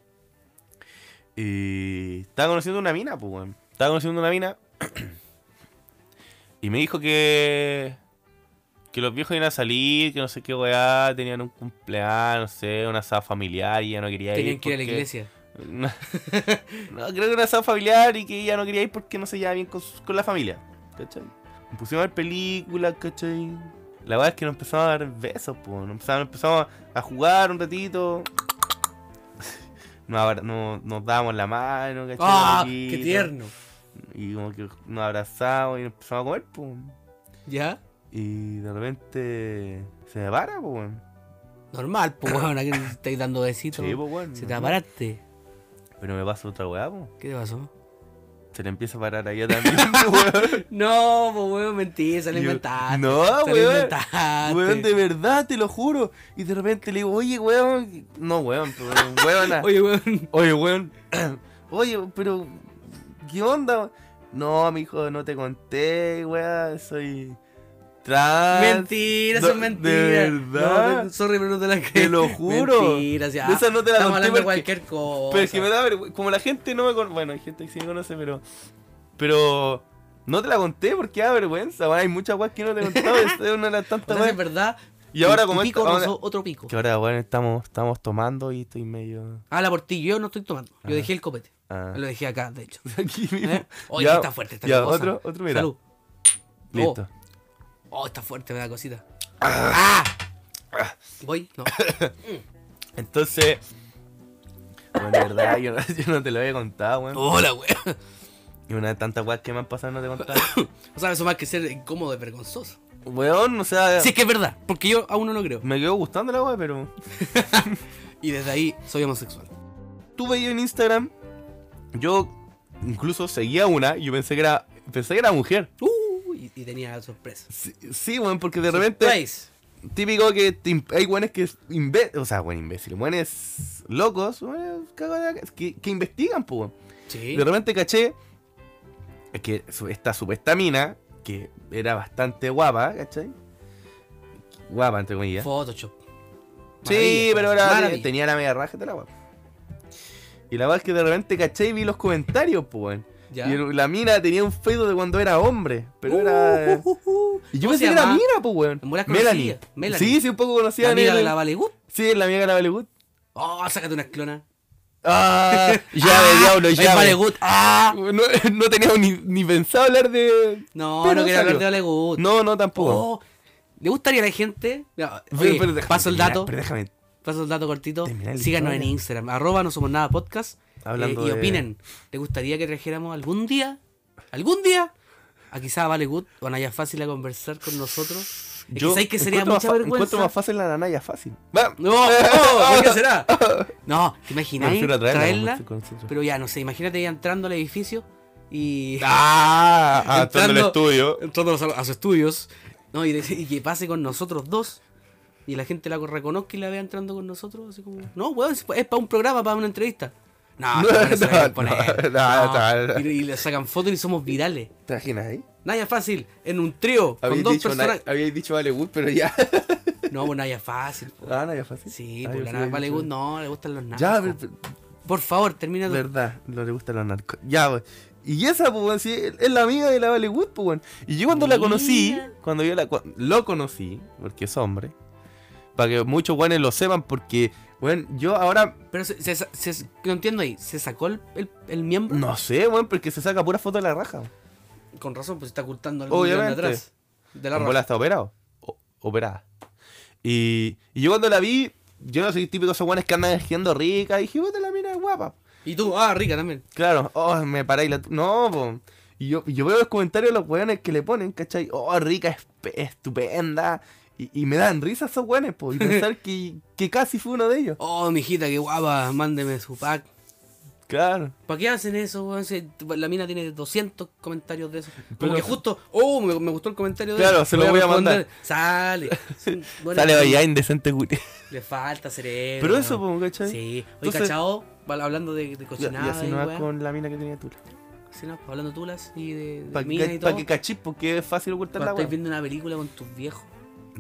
S2: Y estaba conociendo una mina, pues, weón. Estaba conociendo una mina. [clears throat] y me dijo que. Que los viejos iban a salir, que no sé qué weá, tenían un cumpleaños, no sé, una asado familiar y ella no quería ir.
S3: Tenían que ir a la
S2: porque-
S3: iglesia.
S2: No, [laughs] No, creo que una asado familiar y que ella no quería ir porque no se llevaba bien con, su- con la familia. ¿Cachai? Nos pusimos a ver películas, ¿cachai? La verdad es que nos empezamos a dar besos, pues. Nos empezamos, empezamos a jugar un ratito. Nos, abra- no- nos dábamos la mano, ¿cachai?
S3: ¡Ah! ¡Qué
S2: Besito.
S3: tierno!
S2: Y como que nos abrazamos y nos empezamos a comer, pues.
S3: ¿Ya?
S2: Y de repente se me para, pues. weón.
S3: Normal, pues, weón, aquí nos estáis dando besitos.
S2: Sí, pues, weón.
S3: Se te aparaste.
S2: Pero me pasa otra weá, pues.
S3: ¿Qué te pasó?
S2: Se le empieza a parar a ella también, [laughs] weón.
S3: No, pues weón, mentí, se lo
S2: Y yo,
S3: inventaste.
S2: No,
S3: se lo
S2: weón.
S3: inventaste.
S2: Weón, de verdad, te lo juro. Y de repente le digo, oye, weón. No, weón, pero weona.
S3: Oye, weón.
S2: [laughs] Oye, weón. [clears throat] Oye, pero. ¿Qué onda? No, mi hijo, no te conté, weón. Soy. Trans.
S3: [laughs] Mentira, eso es
S2: no, de
S3: mentira.
S2: verdad.
S3: No, sorry, pero no te la creo.
S2: lo juro.
S3: Mentira, ya.
S2: De esa no te la
S3: Estamos
S2: conté
S3: hablando de
S2: porque-
S3: cualquier cosa.
S2: Pero es que me da vergüenza. Como la gente no me conoce. Bueno, hay gente que sí me conoce, pero. Pero. No te la conté porque da vergüenza. weón. Hay muchas weas que no te he contado. [laughs] es una de las tantas
S3: Entonces, es
S2: weas.
S3: verdad.
S2: Y ahora,
S3: tu- tu
S2: como
S3: pico
S2: esta- ahora-
S3: rozó otro pico.
S2: Que ahora, weón, estamos, estamos tomando y estoy medio.
S3: Ah, la portillo, yo no estoy tomando. Yo dejé el copete.
S2: Ah.
S3: Lo dejé acá, de hecho.
S2: [laughs] Aquí mismo.
S3: ¿Eh? [laughs] Oye,
S2: Ya,
S3: está fuerte esta
S2: ya,
S3: cosa.
S2: otro, otro, mira.
S3: Salud.
S2: Listo.
S3: Oh, está fuerte, me da cosita. ¡Ah! Voy,
S2: [laughs]
S3: no.
S2: Entonces. Bueno, de verdad, yo no, [laughs] yo no te lo había contado, weón.
S3: Hola, güey.
S2: Y una de tantas weas que me han pasado no te he
S3: [coughs]
S2: contado.
S3: O sea, eso más que ser incómodo es vergonzoso.
S2: weón, o sea.
S3: Sí, es que es verdad, porque yo aún no lo creo.
S2: Me quedó gustando la wea, pero.
S3: Y desde ahí soy homosexual.
S2: Tú veías en Instagram. Yo incluso seguía una y yo pensé que era. Pensé que era mujer.
S3: Uh, y, y tenía sorpresa.
S2: Sí, sí, weón, porque de repente.
S3: Surprise.
S2: Típico que te im- hay weones que. es Imbe o sea, buen imbécil. Weones locos. Weones cagadas, que, que investigan, pues, weón.
S3: Sí.
S2: De repente caché que su- esta supuesta mina, que era bastante guapa, ¿cachai? Guapa, entre comillas.
S3: Photoshop.
S2: sí,
S3: Maravilla,
S2: pero era,
S3: maravilla.
S2: tenía la media raja de la guapa. Y la verdad es que de repente caché y vi los comentarios, pues. weón.
S3: Ya.
S2: Y la mina tenía un Facebook de cuando era hombre, pero era...
S3: Uh, uh, uh, uh.
S2: Y yo
S3: ¿Cómo
S2: pensé
S3: se
S2: que era
S3: llama?
S2: mina, pues, weón.
S3: En bolas
S2: Melanie.
S3: conocida, Melanie.
S2: Sí, sí, un poco conocida.
S3: La amiga
S2: Melanie.
S3: de la Valegut.
S2: Sí, es la amiga de la Valegut.
S3: Oh, sácate una clona. [laughs]
S2: Ah, llave,
S3: Ah,
S2: diablo,
S3: el
S2: llave.
S3: Valegut. Ah.
S2: No, no tenía ni, ni pensado hablar de.
S3: No,
S2: Pero
S3: no quería hablar
S2: salió.
S3: de Valegut.
S2: No, no, tampoco.
S3: Oh, ¿Le gustaría a la gente? Ya,
S2: Pero-
S3: oye,
S2: pero déjame
S3: paso el
S2: terminar,
S3: dato.
S2: Pero déjame.
S3: Paso el dato cortito.
S2: Terminar la
S3: Síganos en
S2: historia.
S3: Instagram. Arroba no somos nada podcast.
S2: Hablando
S3: Eh, y
S2: de-
S3: opinen. ¿Te gustaría que trajéramos algún día? ¿Algún día? A quizá a Vale Good o a Naya Fácil a conversar con nosotros. Es que sabes que sería
S2: encuentro más
S3: mucha
S2: fa-
S3: vergüenza.
S2: Encuentro más fácil la nanaya fácil. Va.
S3: No, no, ¿por qué será? No, ¿te imagináis
S2: Prefiero
S3: traerla?
S2: atraerla, no pues, con nosotros.
S3: pero ya, no sé, imagínate ella entrando al edificio y...
S2: [laughs] Ah, ah, todo en el
S3: Entrando-
S2: estudio.
S3: entrando a los- a sus estudios. No, y, de- y que pase con nosotros dos. Y la gente la reconozca y la vea entrando con nosotros. Así como, no, weón, es para un programa, para una entrevista. No,
S2: No,
S3: no, no, se la
S2: no,
S3: quieren poner.
S2: no,
S3: No.
S2: no, no.
S3: Y, y le sacan fotos y somos virales.
S2: ¿Te imaginas ahí?
S3: Naya Fácil, en un trío, con
S2: Habíais
S3: dos
S2: dicho,
S3: personas.
S2: na- habíais dicho Vale Wood, pero ya.
S3: No, pues Naya Fácil. po.
S2: Ah, Naya fácil.
S3: Sí,
S2: Ah,
S3: pues
S2: yo
S3: la
S2: sí
S3: Naya
S2: había
S3: Fácil,
S2: dicho-
S3: no, le gustan los
S2: Ya,
S3: narcos.
S2: pero- pero-
S3: Por favor, termina tu...
S2: Verdad, no le gustan los narcos. Ya, pues. Y esa, pues, weón, sí, es la amiga de la Vale Wood, pues, weón. Y yo cuando la conocí,
S3: Mira.
S2: cuando yo la cua- lo conocí, porque es hombre, para que muchos weones lo sepan, porque, weón, yo ahora,
S3: Pero se, se- se- no entiendo ahí, ¿se sacó el, el- el miembro?
S2: no sé, weón, porque se saca pura foto de la raja. weón.
S3: Con razón, pues está ocultando algo de
S2: Obviamente.
S3: atrás. De la
S2: Con
S3: raja.
S2: bola está operado. O- operada. Y, y yo cuando la vi, yo no soy típico de esos weones que andan esquiando rica, y dije, puta, la mina es guapa.
S3: Y tú, ah, rica también.
S2: Claro, oh, me paré y la. No, po. Y yo, y yo veo los comentarios de los weones que le ponen, ¿cachai? Oh, rica, espe- estupenda. Y, y me dan risa esos weones, po. Y [laughs] pensar que, que casi fue uno de ellos.
S3: Oh, mijita, qué guapa, mándeme su pack.
S2: Claro.
S3: ¿Para qué hacen eso? weón? Si La mina tiene 200 comentarios de eso.
S2: Pero-
S3: Porque justo, oh, me, me gustó el comentario de
S2: Claro,
S3: él,
S2: se lo voy a mandar.
S3: responder.
S2: [laughs]
S3: Sale. Son buenas-
S2: Sale allá indecente, güey.
S3: Le falta
S2: [laughs]
S3: cerebro.
S2: Pero eso,
S3: weón.
S2: po, ¿cachai?
S3: Sí. Oye,
S2: Entonces-
S3: cachao, val- hablando de,
S2: Y,
S3: de
S2: y
S3: cocinada.
S2: así
S3: y
S2: no va
S3: weá.
S2: con la mina que tenía tú.
S3: Así no, pues, hablando tulas y de, de
S2: Para
S3: minas
S2: que,
S3: y
S2: pa'
S3: todo.
S2: que cachis, porque es fácil ocultar
S3: Cuando
S2: la
S3: estáis
S2: weá.
S3: viendo una película con tus viejos.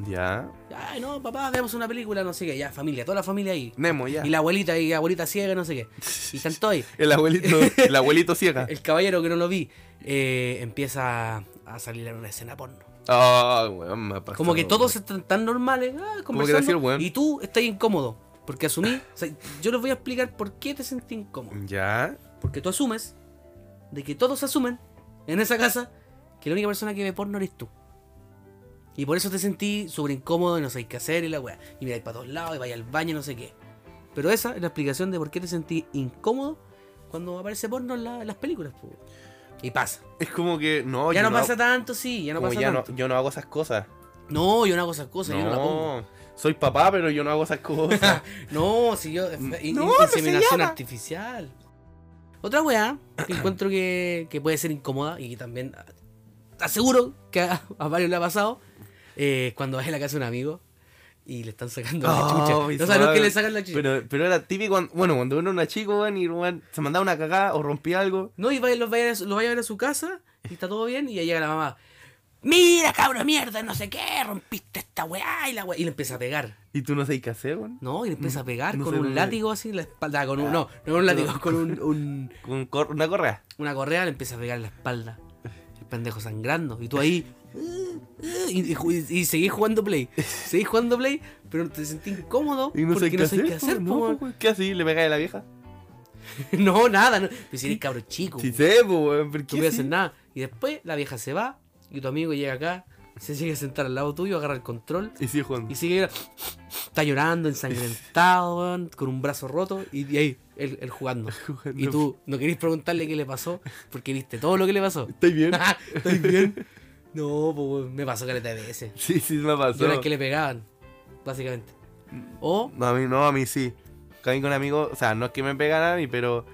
S2: Ya.
S3: Ay, no, papá, veamos una película, no sé qué. Ya, familia, toda la familia ahí.
S2: Nemo, ya.
S3: Y la abuelita, y abuelita ciega, no
S2: [laughs]
S3: sé qué. Y tanto ahí.
S2: El
S3: [laughs]
S2: abuelito, el abuelito ciega.
S3: El caballero que no lo vi eh, empieza a salir en una escena porno.
S2: Ah, weón, me ha pasado,
S3: Como que
S2: weón.
S3: todos están tan normales, ah,
S2: Como que
S3: conversando,
S2: decir, weón.
S3: y tú estás incómodo. Porque
S2: [laughs]
S3: asumí, o sea, yo les voy a explicar por qué te sentí incómodo.
S2: Mm. Ya.
S3: Porque tú asumes de que todos asumen en esa casa que la única persona que ve porno eres tú. Y por eso te sentí súper incómodo y no sabes qué hacer y la weá. Y miráis para todos lados y vais al baño y no sé qué. Pero esa es la explicación de por qué te sentí incómodo cuando aparece porno en, la- en las películas. po. Y pasa.
S2: Es como que. No,
S3: ya
S2: yo
S3: no,
S2: no
S3: pasa
S2: hago-
S3: tanto, sí, ya no
S2: como
S3: pasa
S2: ya no-
S3: tanto.
S2: yo no hago esas cosas.
S3: No... yo no hago esas cosas, yo no la pongo.
S2: soy papá, pero yo no hago esas [laughs] cosas.
S3: No, si yo. eh,
S2: No,
S3: in-
S2: Mm. no se
S3: inseminación
S2: llama.
S3: artificial. Otra weá
S2: [clears throat]
S3: que encuentro que, que puede ser incómoda y que también ah, aseguro que a, a varios le ha pasado eh, es cuando vas a la casa de un amigo y le están sacando
S2: Oh,
S3: la
S2: mi
S3: chucha. No sabes
S2: suave.
S3: que le sacan la chucha.
S2: pero, pero era típico, cuando- bueno, cuando uno era chico, weón, y weón, se mandaba una cagada o rompía algo.
S3: No, y vaya, los vaya, a- los vaya a ver a su casa y está todo bien y ahí llega la mamá. Mira, cabro mierda, no sé qué, rompiste esta weá y la weá. Y le empieza a pegar.
S2: ¿Y tú no sabes qué hacer, weón?
S3: No, y le empieza a pegar
S2: no
S3: con
S2: sé
S3: un
S2: dónde-
S3: látigo así en la espalda. Con un, no, no con un látigo, con un- [laughs] un,
S2: Con cor- una correa.
S3: una correa le empieza a pegar en la espalda. El pendejo sangrando. Y tú [laughs] ahí. "Ah, ah", Y, y ju- y seguís jugando play. Seguís jugando play, pero te sentís incómodo
S2: [laughs] Y no
S3: porque
S2: sabes
S3: no sabés qué [laughs] hacer.
S2: po,
S3: po,
S2: no,
S3: weón.
S2: po, ¿Qué así? ¿Le pegáis a la vieja?
S3: No, nada. No. Pero si eres cabro chico,
S2: Sí
S3: po,
S2: sé, po, weón, pero
S3: no
S2: ¿qué
S3: voy a
S2: así?
S3: hacer nada. Y después la vieja se va y tu amigo llega acá, se sigue a sentar al lado tuyo, agarra el control
S2: Y sigue jugando.
S3: [laughs] y sigue. Está llorando, ensangrentado, weón, con un brazo roto y, y ahí, él, él jugando.
S2: [laughs]
S3: Y tú no querés preguntarle qué le pasó porque viste todo lo que le pasó.
S2: [laughs] ¿Estáis
S3: [laughs]
S2: bien?
S3: ¿Estáis bien? No, pues weón, me pasó caleta de veces.
S2: sí, sí, me pasó.
S3: Yo era el que le pegaban, básicamente. O,
S2: No, a mí no, a mí sí. Caí con amigos, o sea, no es que me pegaran a mí, pero,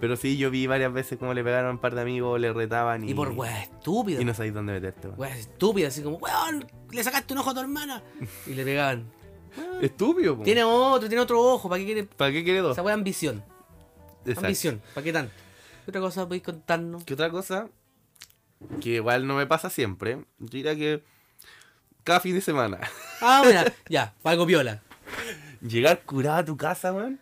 S2: pero sí, yo vi varias veces cómo le pegaron a un par de amigos, le retaban y.
S3: y por weas estúpidas.
S2: Mm. Y no sabéis dónde meterte, weón.
S3: Weas estúpidas, así como, weón, le sacaste un ojo a
S2: [laughs]
S3: tu hermana. Y le pegaban.
S2: Estúpido, po.
S3: Tiene otro, tiene otro ojo, ¿para qué quiere?
S2: ¿Para qué quiere dos?
S3: Esa wea es ambición.
S2: Exacto.
S3: Ambición, ¿para qué tanto? ¿Qué otra cosa podéis contarnos?
S2: ¿Qué otra cosa? Que igual no me pasa siempre. Yo diría que cada fin de semana. [laughs]
S3: Ah, mira, ya, algo viola.
S2: Llegar curado a tu casa, weón.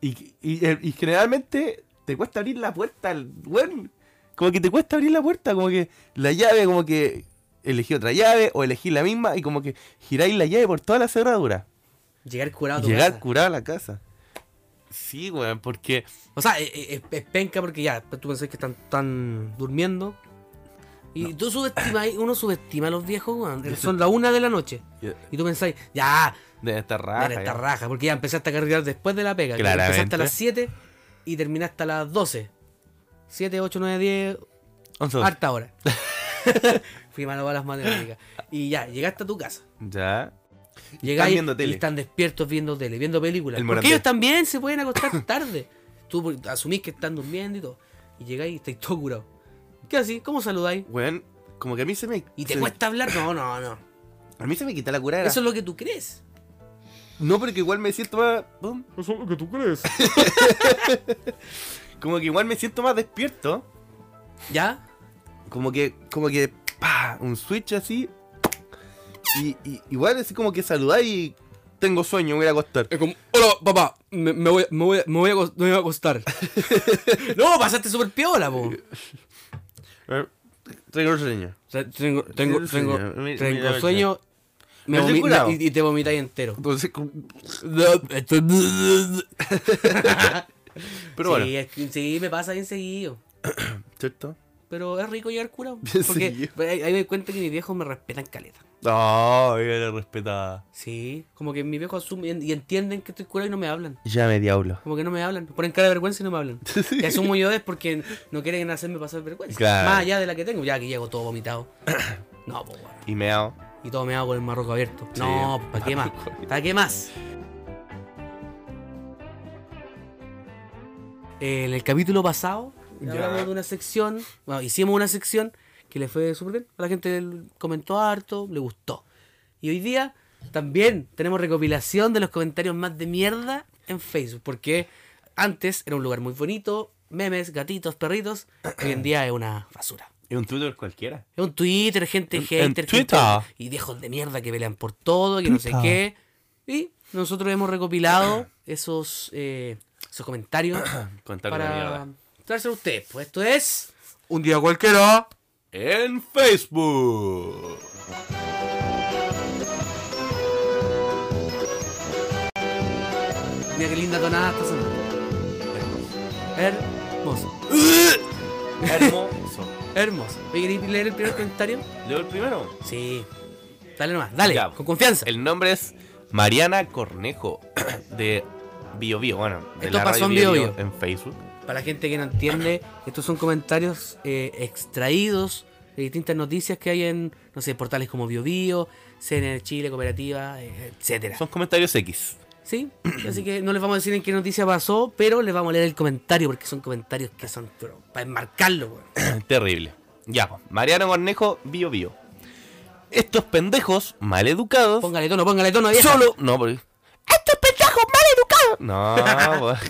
S2: Y, y, y generalmente te cuesta abrir la puerta, el- weón. Como que te cuesta abrir la puerta, como que la llave, como que elegí otra llave o elegí la misma y como que giráis la llave por toda la cerradura.
S3: Llegar curado a tu
S2: Llegar
S3: casa.
S2: curado a la casa. Sí, weón, porque
S3: O sea, es, es- es penca porque ya, pues, tú pensás que están, están durmiendo. Y
S2: [coughs]
S3: tú subestimas, uno subestima a los viejos, weón. Son las una de la noche.
S2: Ya.
S3: Y tú pensáis, ya,
S2: debe estar raja.
S3: dale esta
S2: ya.
S3: raja, porque ya empezaste a cargar después de la pega. que
S2: Claramente.
S3: Empezaste a las 7 y terminaste a las 12. 7, 8, 9, 10,
S2: Once, doce.
S3: harta
S2: [laughs]
S3: hora. [laughs] Fui malo para las matemáticas. Y ya, llegaste a tu casa.
S2: Ya.
S3: Llegáis
S2: viendo tele.
S3: y están despiertos viendo tele, viendo películas.
S2: El
S3: Porque
S2: Morandé.
S3: ellos también se pueden acostar [coughs] tarde. Tú por- asumís que están durmiendo y todo. Y llegáis y estáis todo curado. ¿Qué así? ¿Cómo saludáis?
S2: Weón, como que a mí se me.
S3: ¿Y te
S2: se-
S3: cuesta hablar? No, no, no.
S2: A mí se me quita la curada.
S3: Eso es lo que tú crees.
S2: No, porque igual me siento más. pum,
S7: Eso es lo que tú crees.
S2: [laughs] Como que igual me siento más despierto.
S3: ¿Ya?
S2: Como que. Como que. pa, Un switch así. Y, y- igual así como que saludar y. Tengo sueño, me voy a ir a
S3: Eh,
S2: acostar.
S5: Es como, hola, papá, me, me voy, me, voy, me, voy a, acos- me voy a acostar.
S3: [laughs] No, pasaste súper piola, po.
S2: Eh, Tengo sueño.
S3: Tengo, tengo,
S2: Sí, tengo-
S3: tengo,
S2: señor. Mi- tengo mira,
S3: tengo
S2: sueño,
S3: sueño.
S2: me estoy vomi- curado. y-
S3: y, te vomitáis
S2: [laughs]
S3: entero.
S2: Entonces. como- [laughs] Pero
S3: sí,
S2: bueno,
S3: es que- sí, me pasa bien seguido.
S2: ¿cierto?
S3: Pero es rico llegar curado.
S2: Bien
S3: Porque
S2: seguido.
S3: ahí ahí me doy cuenta que mis viejos me respetan caleta.
S2: No, era respetada.
S3: Sí, como que mis viejos asumen y entienden que estoy curado y no me hablan.
S2: Llame diablo.
S3: Como que no me hablan, me ponen cara de vergüenza y no me hablan. Y asumo yo es porque no quieren hacerme pasar vergüenza.
S2: Claro.
S3: Más allá de la que tengo, ya que llego todo vomitado. [coughs] No, pues bueno.
S2: Y me hago.
S3: Y todo me hago con el marroco abierto.
S2: Sí,
S3: no, ¿para qué más?
S2: marroco abierto.
S3: ¿Para qué más? En el capítulo pasado hablamos de una sección, bueno, hicimos una sección que le fue súper bien. A la gente le comentó harto, le gustó. Y hoy día también tenemos recopilación de los comentarios más de mierda en Facebook, porque antes era un lugar muy bonito, memes, gatitos, perritos, hoy en día es una basura.
S2: Es un Twitter cualquiera.
S3: Es un Twitter, gente
S2: En-
S3: hater.
S2: en
S3: gente-
S2: Twitter.
S3: y viejos de mierda que pelean por todo, que no sé qué. Y nosotros hemos recopilado esos, eh,
S2: [coughs]
S3: esos comentarios
S2: Contar con la
S3: para
S2: mierda.
S3: traérselo a ustedes. Pues esto es...
S5: Un día cualquiera.
S2: En Facebook.
S3: Mira qué linda tonada está sonando. Hermoso.
S2: Hermoso.
S3: Hermoso. Oye, ¿Queréis leer el primer comentario?
S2: ¿Leo el primero?
S3: Sí. Dale nomás, dale,
S2: Ya.
S3: con confianza.
S2: El nombre es Mariana Cornejo [clears throat] de Bio Bio, bueno, de
S3: Esto pasó en
S2: Bio
S3: Bio
S2: Bio
S3: Bio.
S2: en Facebook.
S3: Para la gente que no entiende, estos son comentarios eh, extraídos de distintas noticias que hay en, no sé, portales como BioBio, CNN Chile, Cooperativa, eh, etcétera.
S2: Son comentarios X. [clears throat]
S3: ¿Sí? [clears throat] Así que no les vamos a decir en qué noticia pasó, pero les vamos a leer el comentario, porque son comentarios que son pero, para enmarcarlo, weón.
S2: Terrible. Ya, pues, Mariana Cornejo, Bio Bio. Estos pendejos maleducados.
S3: Póngale tono, póngale tono, vieja.
S2: Solo. No, porque. ¡Estos pendejos maleducados! No, [laughs] pues.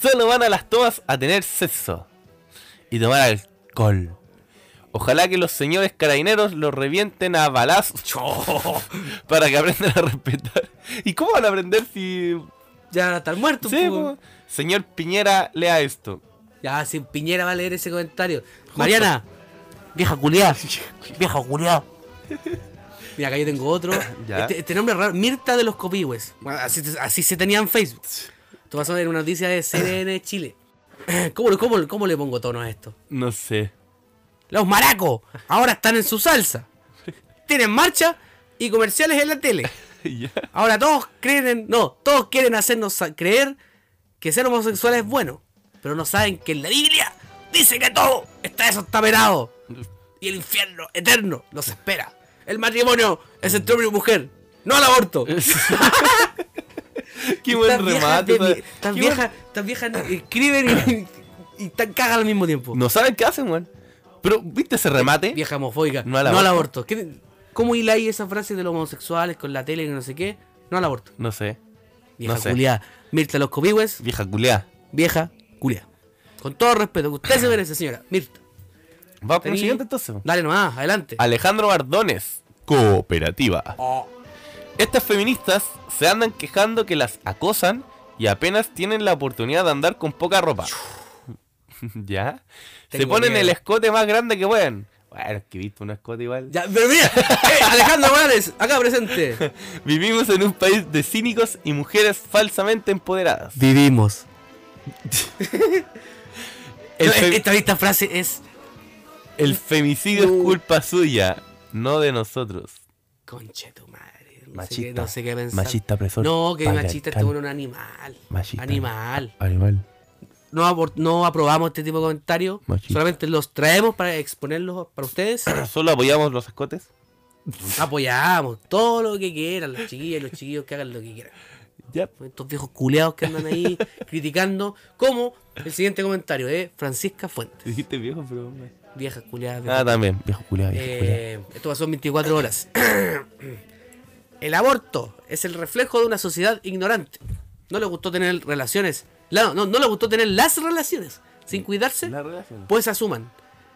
S2: Solo van a las tomas a tener sexo. Y tomar alcohol. Ojalá que los señores carabineros los revienten a balazos [laughs] para que aprendan a respetar. ¿Y cómo van a aprender si...
S3: Ya está muerto,
S2: Sí,
S3: po.
S2: po. Señor Piñera, lea esto.
S3: Ya, si Piñera va a leer ese comentario. Mariana, vieja culiá. [laughs] vieja culiá. Mira, acá yo tengo [coughs] otro.
S2: Ya.
S3: Este, este nombre es raro. Mirta de los Copihue. Bueno, así, así se tenía en Facebook. Esto pasó en una noticia de [coughs] CNN Chile. ¿Cómo, cómo, cómo le pongo tono a esto?
S2: No sé. [laughs]
S3: Los maracos ahora están en su salsa. Tienen marcha y comerciales en la [laughs] tele.
S2: Ya.
S3: Ahora todos creen, en- no, todos quieren hacernos sa- creer que ser homosexual es bueno, pero no saben que en la Biblia dice que todo está desestaperado y el infierno eterno los espera. El matrimonio es entre hombre y mujer, no al
S2: [laughs]
S3: aborto.
S2: Qué buen
S3: Estas viejas
S2: remate.
S3: de mi-
S2: ¿sabes?
S3: Estas
S2: Qué buen-
S3: viejas, estas viejas escriben y, y tan cagan al mismo tiempo.
S2: No saben qué hacen, weón. Pero, ¿viste ese remate?
S3: Vieja homofóbica,
S2: No
S3: no
S2: al
S3: al aborto. ¿Qué- ¿Cómo hiláis esa frase de los homosexuales con la tele y no sé qué? No al aborto.
S2: No sé.
S3: Vieja
S2: sé.
S3: culiá. Mirta los copihues,
S2: Vieja culiá.
S3: vieja culia. Con todo respeto, que usted se merece, señora. Mirta.
S2: Vamos con el
S3: Tení-
S2: siguiente entonces.
S3: Dale nomás, adelante. Oh,
S2: Alejandro Bardones, cooperativa. Estas feministas se andan quejando que las acosan y apenas tienen la oportunidad de andar con poca ropa. [laughs] ¿Ya? se
S3: Tengo
S2: ponen
S3: miedo.
S2: el escote más grande que pueden. Bueno, es que viste un escote igual.
S3: Ya,
S2: [laughs]
S3: pero mira, eh, Alejandro Morales, acá presente.
S2: Vivimos en un país de cínicos y mujeres falsamente empoderadas.
S3: [laughs] Vivimos.
S2: El
S3: No,
S2: fe-
S3: esta, esta frase es.
S2: El femicidio es culpa suya, no de nosotros.
S3: Conche tu madre. No sé qué,
S2: Machista.
S3: no sé qué pensar.
S2: Machista presor.
S3: No, que machista este bueno es un animal.
S2: Machista.
S3: Animal.
S2: Animal.
S3: No, apor- no aprobamos este tipo de comentarios.
S2: Machista.
S3: Solamente los traemos para exponerlos para ustedes. [coughs]
S2: Solo apoyamos los escotes.
S3: Apoyamos todo lo que quieran, los chiquillos y los chiquillos que hagan lo que quieran.
S2: Ya.
S3: Pues Estos viejos culeados que andan ahí criticando. Como el siguiente comentario de Francisca Fuentes.
S2: Dijiste viejo, pero. hombre.
S3: Viejas culeadas.
S2: Ah,
S3: viejas
S2: también. Viejo culiado, viejo culiao.
S3: eh, esto pasó en 24 horas. [coughs] el aborto es el reflejo de una sociedad ignorante. No le gustó tener relaciones. la- no, no le gustó tener las relaciones. Sin cuidarse,
S2: La relación.
S3: pues asuman.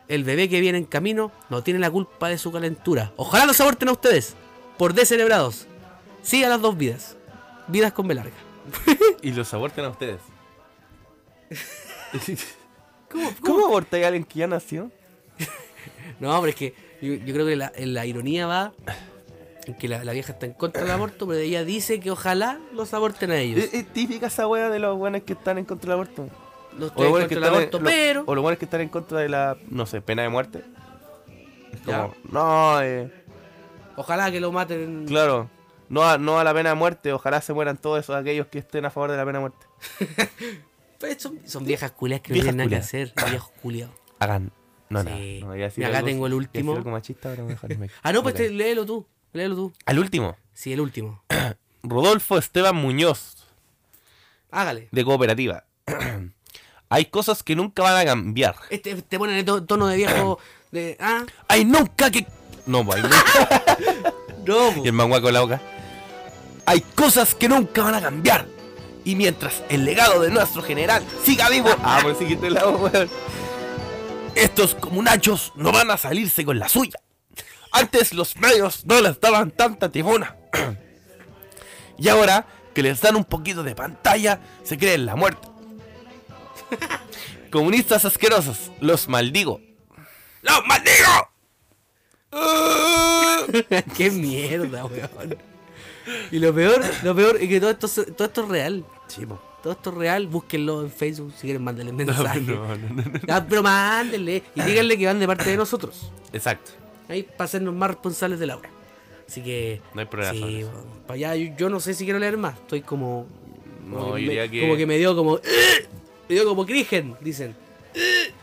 S3: El bebé que viene en camino no tiene la culpa de su calentura. Ojalá los aborten a ustedes. Por descerebrados. Sí a las dos vidas. Vidas con B larga.
S2: Y los abortan a [laughs] ustedes. ¿Cómo, cómo abortáis a alguien que ya nació?
S3: No, pero es que yo, yo creo que la, la ironía va en que la, la vieja está en contra del aborto, pero ella dice que ojalá los aborten a ellos.
S2: Es, es típica esa wea de los buenos que están en contra del aborto.
S3: Los
S2: eh, O los buenos
S3: tres contra
S2: que
S3: el
S2: están, en-
S3: aborto,
S2: lo-
S3: pero.
S2: o los buenos que están en contra de la, no sé, pena de muerte. Es
S3: Ya.
S2: como, no, eh,
S3: Ojalá que lo maten.
S2: claro, no a, no a la pena de muerte. Ojalá se mueran todos esos aquellos que estén a favor de la pena de muerte.
S3: Pues son, son viejas culias que
S2: Viejas
S3: no tienen nada
S2: culias.
S3: que hacer. Viejos culiados.
S2: Hagan. No,
S3: Sí.
S2: no. no iba a decir
S3: Mira, acá
S2: algo-
S3: tengo el
S2: iba a decir
S3: último.
S2: algo machista, pero [laughs] mejor me-
S3: Ah, no, pues
S2: me
S3: te-
S2: callo.
S3: léelo tú. Léelo tú.
S2: Al último.
S3: Sí, el último.
S2: Rodolfo Esteban Muñoz,
S3: Hágale.
S2: de cooperativa. [clears throat] Hay cosas que nunca van a cambiar.
S3: Este, te ponen el to- tono de viejo. De, ah,
S2: Hay nunca que. No, pues, hay nunca.
S3: no. pues. po.
S2: y el manguaco con la boca. Hay cosas que nunca van a cambiar. Y mientras el legado de nuestro general siga vivo. [laughs] Ah, por el siguiente lado, weón. Estos comunachos no van a salirse con la suya. Antes los medios no les daban tanta timona. [clears throat] y ahora que les dan un poquito de pantalla, se creen la [laughs] muerte. Comunistas asquerosos, los maldigo. ¡Los [laughs] maldigo!
S3: [laughs] Qué mierda, weón. Y lo peor, lo peor es que todo esto, se- todo esto es real. Todo esto es real, búsquenlo en Facebook si quieren mándenle mensaje. Ah, pero mándenle y díganle que van de parte de nosotros.
S2: Exacto.
S3: Ahí para hacernos más responsables de la obra. Así que.
S2: No hay problema sobre
S3: Sí,
S2: eso.
S3: para allá yo, yo no sé si quiero leer más. Estoy como. como
S2: No,
S3: que
S2: yo
S3: me-
S2: diría que-
S3: Como que me dio como. "Eh", Me dio como crigen, dicen.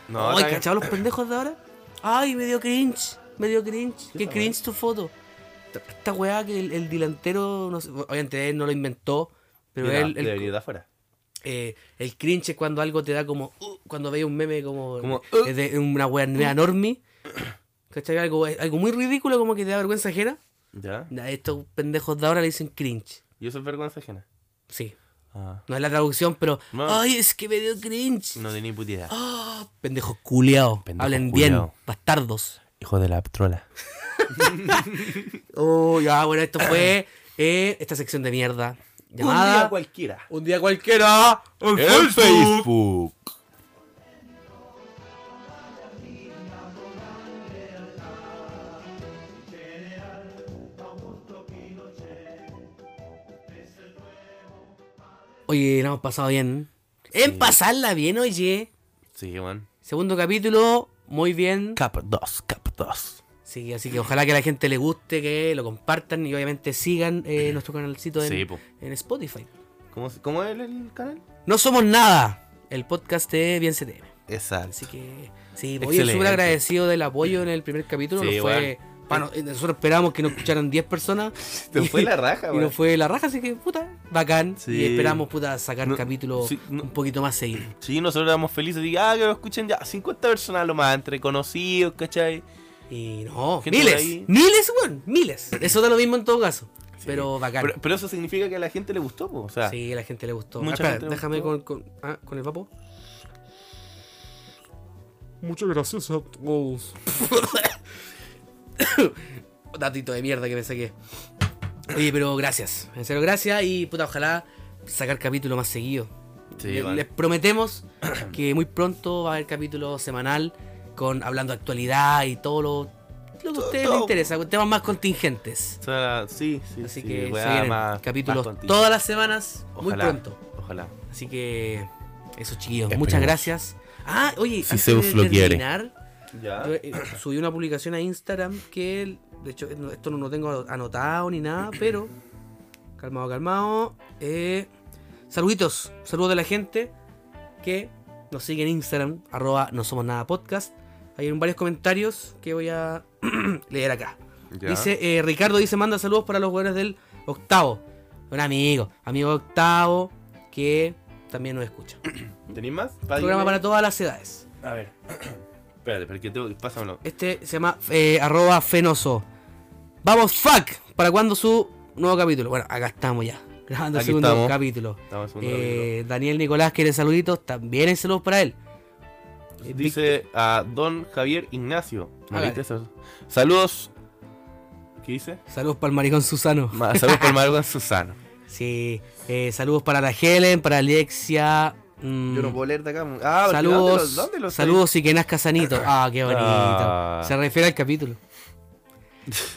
S2: No,
S3: Ay,
S2: está bien.
S3: ¿cachado los pendejos de ahora? Ay, me dio cringe. Me dio cringe. Qué cringe tu foto. Esta- Esta weá que el, el delantero. No sé, obviamente él no lo inventó. Pero
S2: Mira,
S3: él. el-
S2: debe venir de afuera.
S3: eh, el cringe es cuando algo te da como. "Uh", cuando veis un meme como.
S2: Como, uh.
S3: eh, de una wea nueva normie. ¿Cachai? Algo, algo muy ridículo, como que te da vergüenza ajena.
S2: ¿Ya?
S3: A estos pendejos de ahora le dicen cringe.
S2: ¿Y eso es vergüenza ajena?
S3: Sí.
S2: Ah.
S3: No es la traducción, pero.
S2: No.
S3: ¡Ay, es que me dio cringe! Ah.
S2: No tenía ni puta idea.
S3: Pendejos culiados.
S2: Pendejos
S3: Hablen
S2: culiao.
S3: bien, bastardos.
S8: Hijo de la trola.
S3: Oh, ya, bueno, esto
S2: [clears throat]
S3: fue eh, esta sección de mierda.
S2: Un día
S3: Llamada.
S2: cualquiera.
S3: Un día cualquiera. En Facebook.
S8: Facebook.
S3: Oye, la hemos pasado bien. En pasarla bien, oye.
S2: Sí, weón.
S3: Segundo capítulo, muy bien.
S8: Cap 2, Cap 2.
S3: Sí, así que ojalá que a la gente le guste, que lo compartan y obviamente sigan
S2: [clears throat]
S3: eh, nuestro canalcito en,
S2: Sí, po.
S3: en Spotify.
S2: ¿Cómo, se- cómo es el, el canal?
S3: No somos nada, el podcast de Bien CTM.
S2: Exacto.
S3: Así que, sí, pues, oye, súper
S2: Excelente.
S3: agradecido del apoyo en el primer capítulo.
S2: Sí,
S3: nos fue, bueno, eh, nosotros esperábamos que nos escucharan 10
S2: [laughs]
S3: personas.
S2: Te
S3: y-
S2: fue la raja,
S3: Y
S2: weón.
S3: nos fue la raja, así que, puta, bacán.
S2: Sí.
S3: Y esperamos, puta, sacar
S2: No,
S3: capítulos
S2: sí, no.
S3: un poquito más seguidos.
S2: Sí, nosotros éramos felices. Y, ah, que lo escuchen ya. 50 personas lo más, entre conocidos, ¿cachai?
S3: Y no,
S2: Gente por
S3: miles,
S2: ahí.
S3: miles, weón, miles. Eso da lo mismo en todo caso.
S2: Sí.
S3: Pero bacán.
S2: Pero, pero eso significa que a la gente le gustó, po, o sea.
S3: Sí, a la gente le gustó.
S2: Mucha
S3: Ah, espera,
S2: gente le
S3: déjame
S2: gustó.
S3: Con, con, ah, con el papo.
S7: Muchas gracias a todos.
S3: [coughs] Datito de mierda que me saqué. Oye, pero gracias. En serio, gracias. Y puta, ojalá sacar capítulo más seguido.
S2: Sí,
S3: Le-
S2: weón.
S3: Les prometemos [coughs] que muy pronto va a haber capítulo semanal con hablando de actualidad y todo lo, lo que a ustedes les
S2: todo.
S3: interesa, con temas más contingentes.
S2: O sea, sí, sí.
S3: Así
S2: sí,
S3: que
S2: weá,
S3: se vienen
S2: más- más
S3: capítulos
S2: contigo.
S3: todas las semanas, muy
S2: Ojalá,
S3: pronto.
S2: Ojalá.
S3: Así que eso, chiquillos.
S8: Esperemos.
S3: Muchas gracias. Ah, oye,
S8: Si
S3: antes
S8: Zeus
S3: de
S8: lo quiere.
S3: terminar,
S2: Ya.
S3: yo, eh, [coughs] subí una publicación a Instagram que, el- de hecho, eh, no- esto no lo tengo anotado ni nada, [coughs] pero calmado, calmado. eh, saluditos, saludos de la gente que nos sigue en Instagram, arroba no somos nada podcast. Hay varios comentarios que voy a [coughs] leer acá. Dice, eh, Ricardo dice, manda saludos para los jugadores del octavo. Un amigo, amigo octavo, que también nos escucha.
S2: ¿Tenéis más?
S3: Programa para todas las edades.
S2: A ver. Espérate, porque tengo que. Pásamelo.
S3: Este se llama eh, arroba fenoso. Vamos, fuck. ¿Para cuándo su nuevo capítulo? Bueno, acá estamos ya. [laughs] Grabando el
S2: Aquí
S3: segundo
S2: estamos.
S3: capítulo.
S2: Estamos en segundo capítulo.
S3: Eh, Daniel Nicolás quiere saluditos. También hay saludos para él. eh,
S2: Dice a don Javier Ignacio. ¿No
S3: Hágale.
S2: leíste eso? Saludos. ¿Qué dice?
S3: Saludos para el maricón Susano.
S2: Ma- Saludos por Margot Susano.
S3: Sí. eh, saludos para la Helen, para Alexia.
S2: [laughs]
S3: mm,
S2: Yo no puedo leer de acá. Ah, porque ¿dónde
S3: saludos,
S2: los- ¿dónde los
S3: saludos y que
S2: [coughs]
S3: nazca sanito. Ah, qué bonito.
S2: Ah.
S3: Se refiere
S2: [laughs]
S3: al capítulo.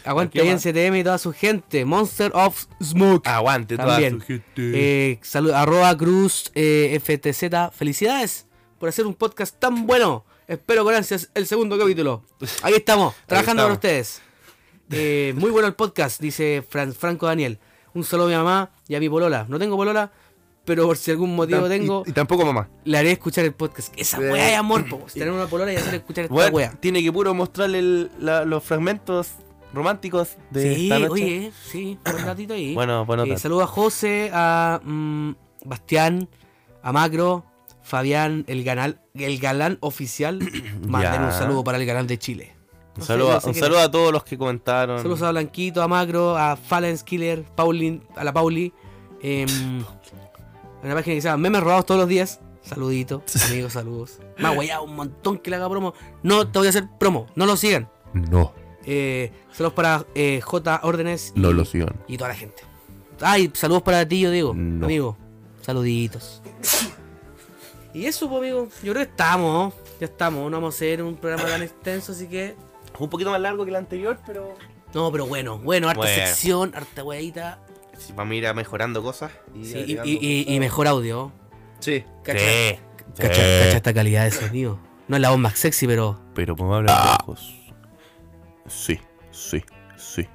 S3: Aguante
S2: ¿Qué
S3: bien
S2: más?
S3: CTM y toda su gente. Monster of Smoke.
S2: Aguante toda
S3: También.
S2: su gente.
S3: Eh, salud, arroba Cruz eh, FTZ. Felicidades por hacer un podcast tan bueno. Espero con ansias el segundo capítulo. Ahí
S2: [laughs]
S3: estamos, trabajando
S2: estamos.
S3: con ustedes. Eh, muy bueno el podcast, dice Fran- Franco Daniel. Un saludo a mi mamá y a mi polola. No tengo polola, pero por si algún motivo
S2: Tam- [laughs]
S3: tengo,
S2: y, y tampoco mamá.
S3: le haré escuchar el podcast. Esa
S2: Eh,
S3: weá de amor, po. Tener una polola y hacer escuchar esta
S2: Bueno,
S3: weá.
S2: tiene que puro mostrarle el- la- los fragmentos románticos de
S3: Sí,
S2: esta noche.
S3: oye, sí, buen ratito ahí.
S2: Bueno, bueno.
S3: Eh, saludo a José, a mm, Bastián, a Macro, Fabián, el, ganal, el galán oficial. Manden
S2: Ya.
S3: un saludo para el galán de Chile.
S2: un
S3: no sé,
S2: saludo,
S3: no
S2: a-
S3: sé
S2: un
S3: qué-
S2: saludo a todos los que comentaron.
S3: Saludos a Blanquito, a Macro, a Fallen Killer, Paulin, a la Pauli. em, una página que se llama Memes Robados todos los días. Saludito, amigos, saludos. Me ha guayado un montón que le haga promo. No te voy a hacer promo, no lo sigan.
S8: No,
S3: Eh, saludos para eh, J. Órdenes y-
S8: no lo sigan.
S3: y toda la gente. Ay, saludos para ti, yo digo.
S8: No.
S3: Amigo, saluditos. y eso, pues, amigo. Yo creo que estamos. ¿no? Ya estamos. No vamos a hacer un programa tan extenso, así que.
S2: Un poquito más largo que el anterior, pero.
S3: No, pero bueno, bueno, harta
S2: Bueno.
S3: sección, harta huevita.
S2: Sí, vamos a ir mejorando cosas. Y
S3: Sí, y,
S2: agregando
S3: y-
S2: cosas.
S3: y- y mejor audio.
S2: Sí.
S3: Cacha,
S2: Sí.
S3: cacha- cacha esta calidad de sonido. No es la voz más sexy, pero.
S8: Pero podemos hablar lejos. Sí, sí, sí,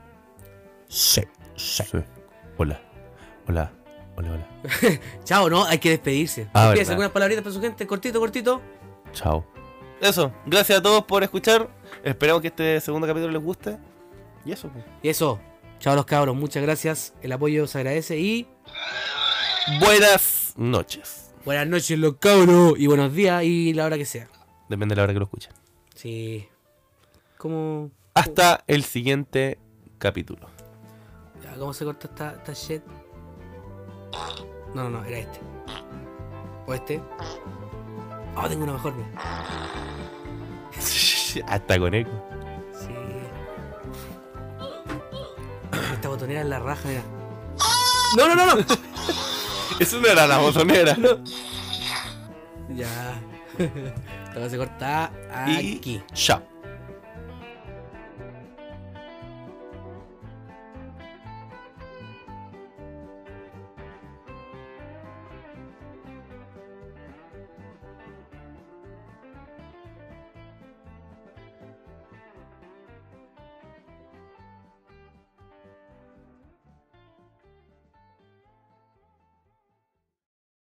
S3: Sí,
S8: sí. Hola, hola, hola, hola.
S3: Chao, ¿no? Hay que despedirse.
S8: Ah,
S3: ¿Quieres
S8: verdad.
S3: algunas palabritas para su gente? Cortito, cortito.
S8: Chao.
S2: Eso. Gracias a todos por escuchar. Esperamos que este segundo capítulo les guste. Y eso, pues.
S3: Y eso. Chao, los cabros. Muchas gracias. El apoyo se agradece y.
S2: Buenas noches.
S3: Buenas noches, los cabros. Y buenos días y la hora que sea.
S2: Depende de la hora que lo escuchen.
S3: Sí. ¿Cómo,
S2: Hasta el siguiente [laughs] capítulo.
S3: ya, cómo se corta esta, esta shit? No, no, no, era este. ¿O este? Ah, tengo una mejor. mira.
S2: Hasta con eco.
S3: Sí. botonera en la raja, era. No, no, no, no.
S2: Eso no era la botonera.
S3: [laughs] Ya. Todo se corta
S2: Y-
S3: aquí.
S2: Ya.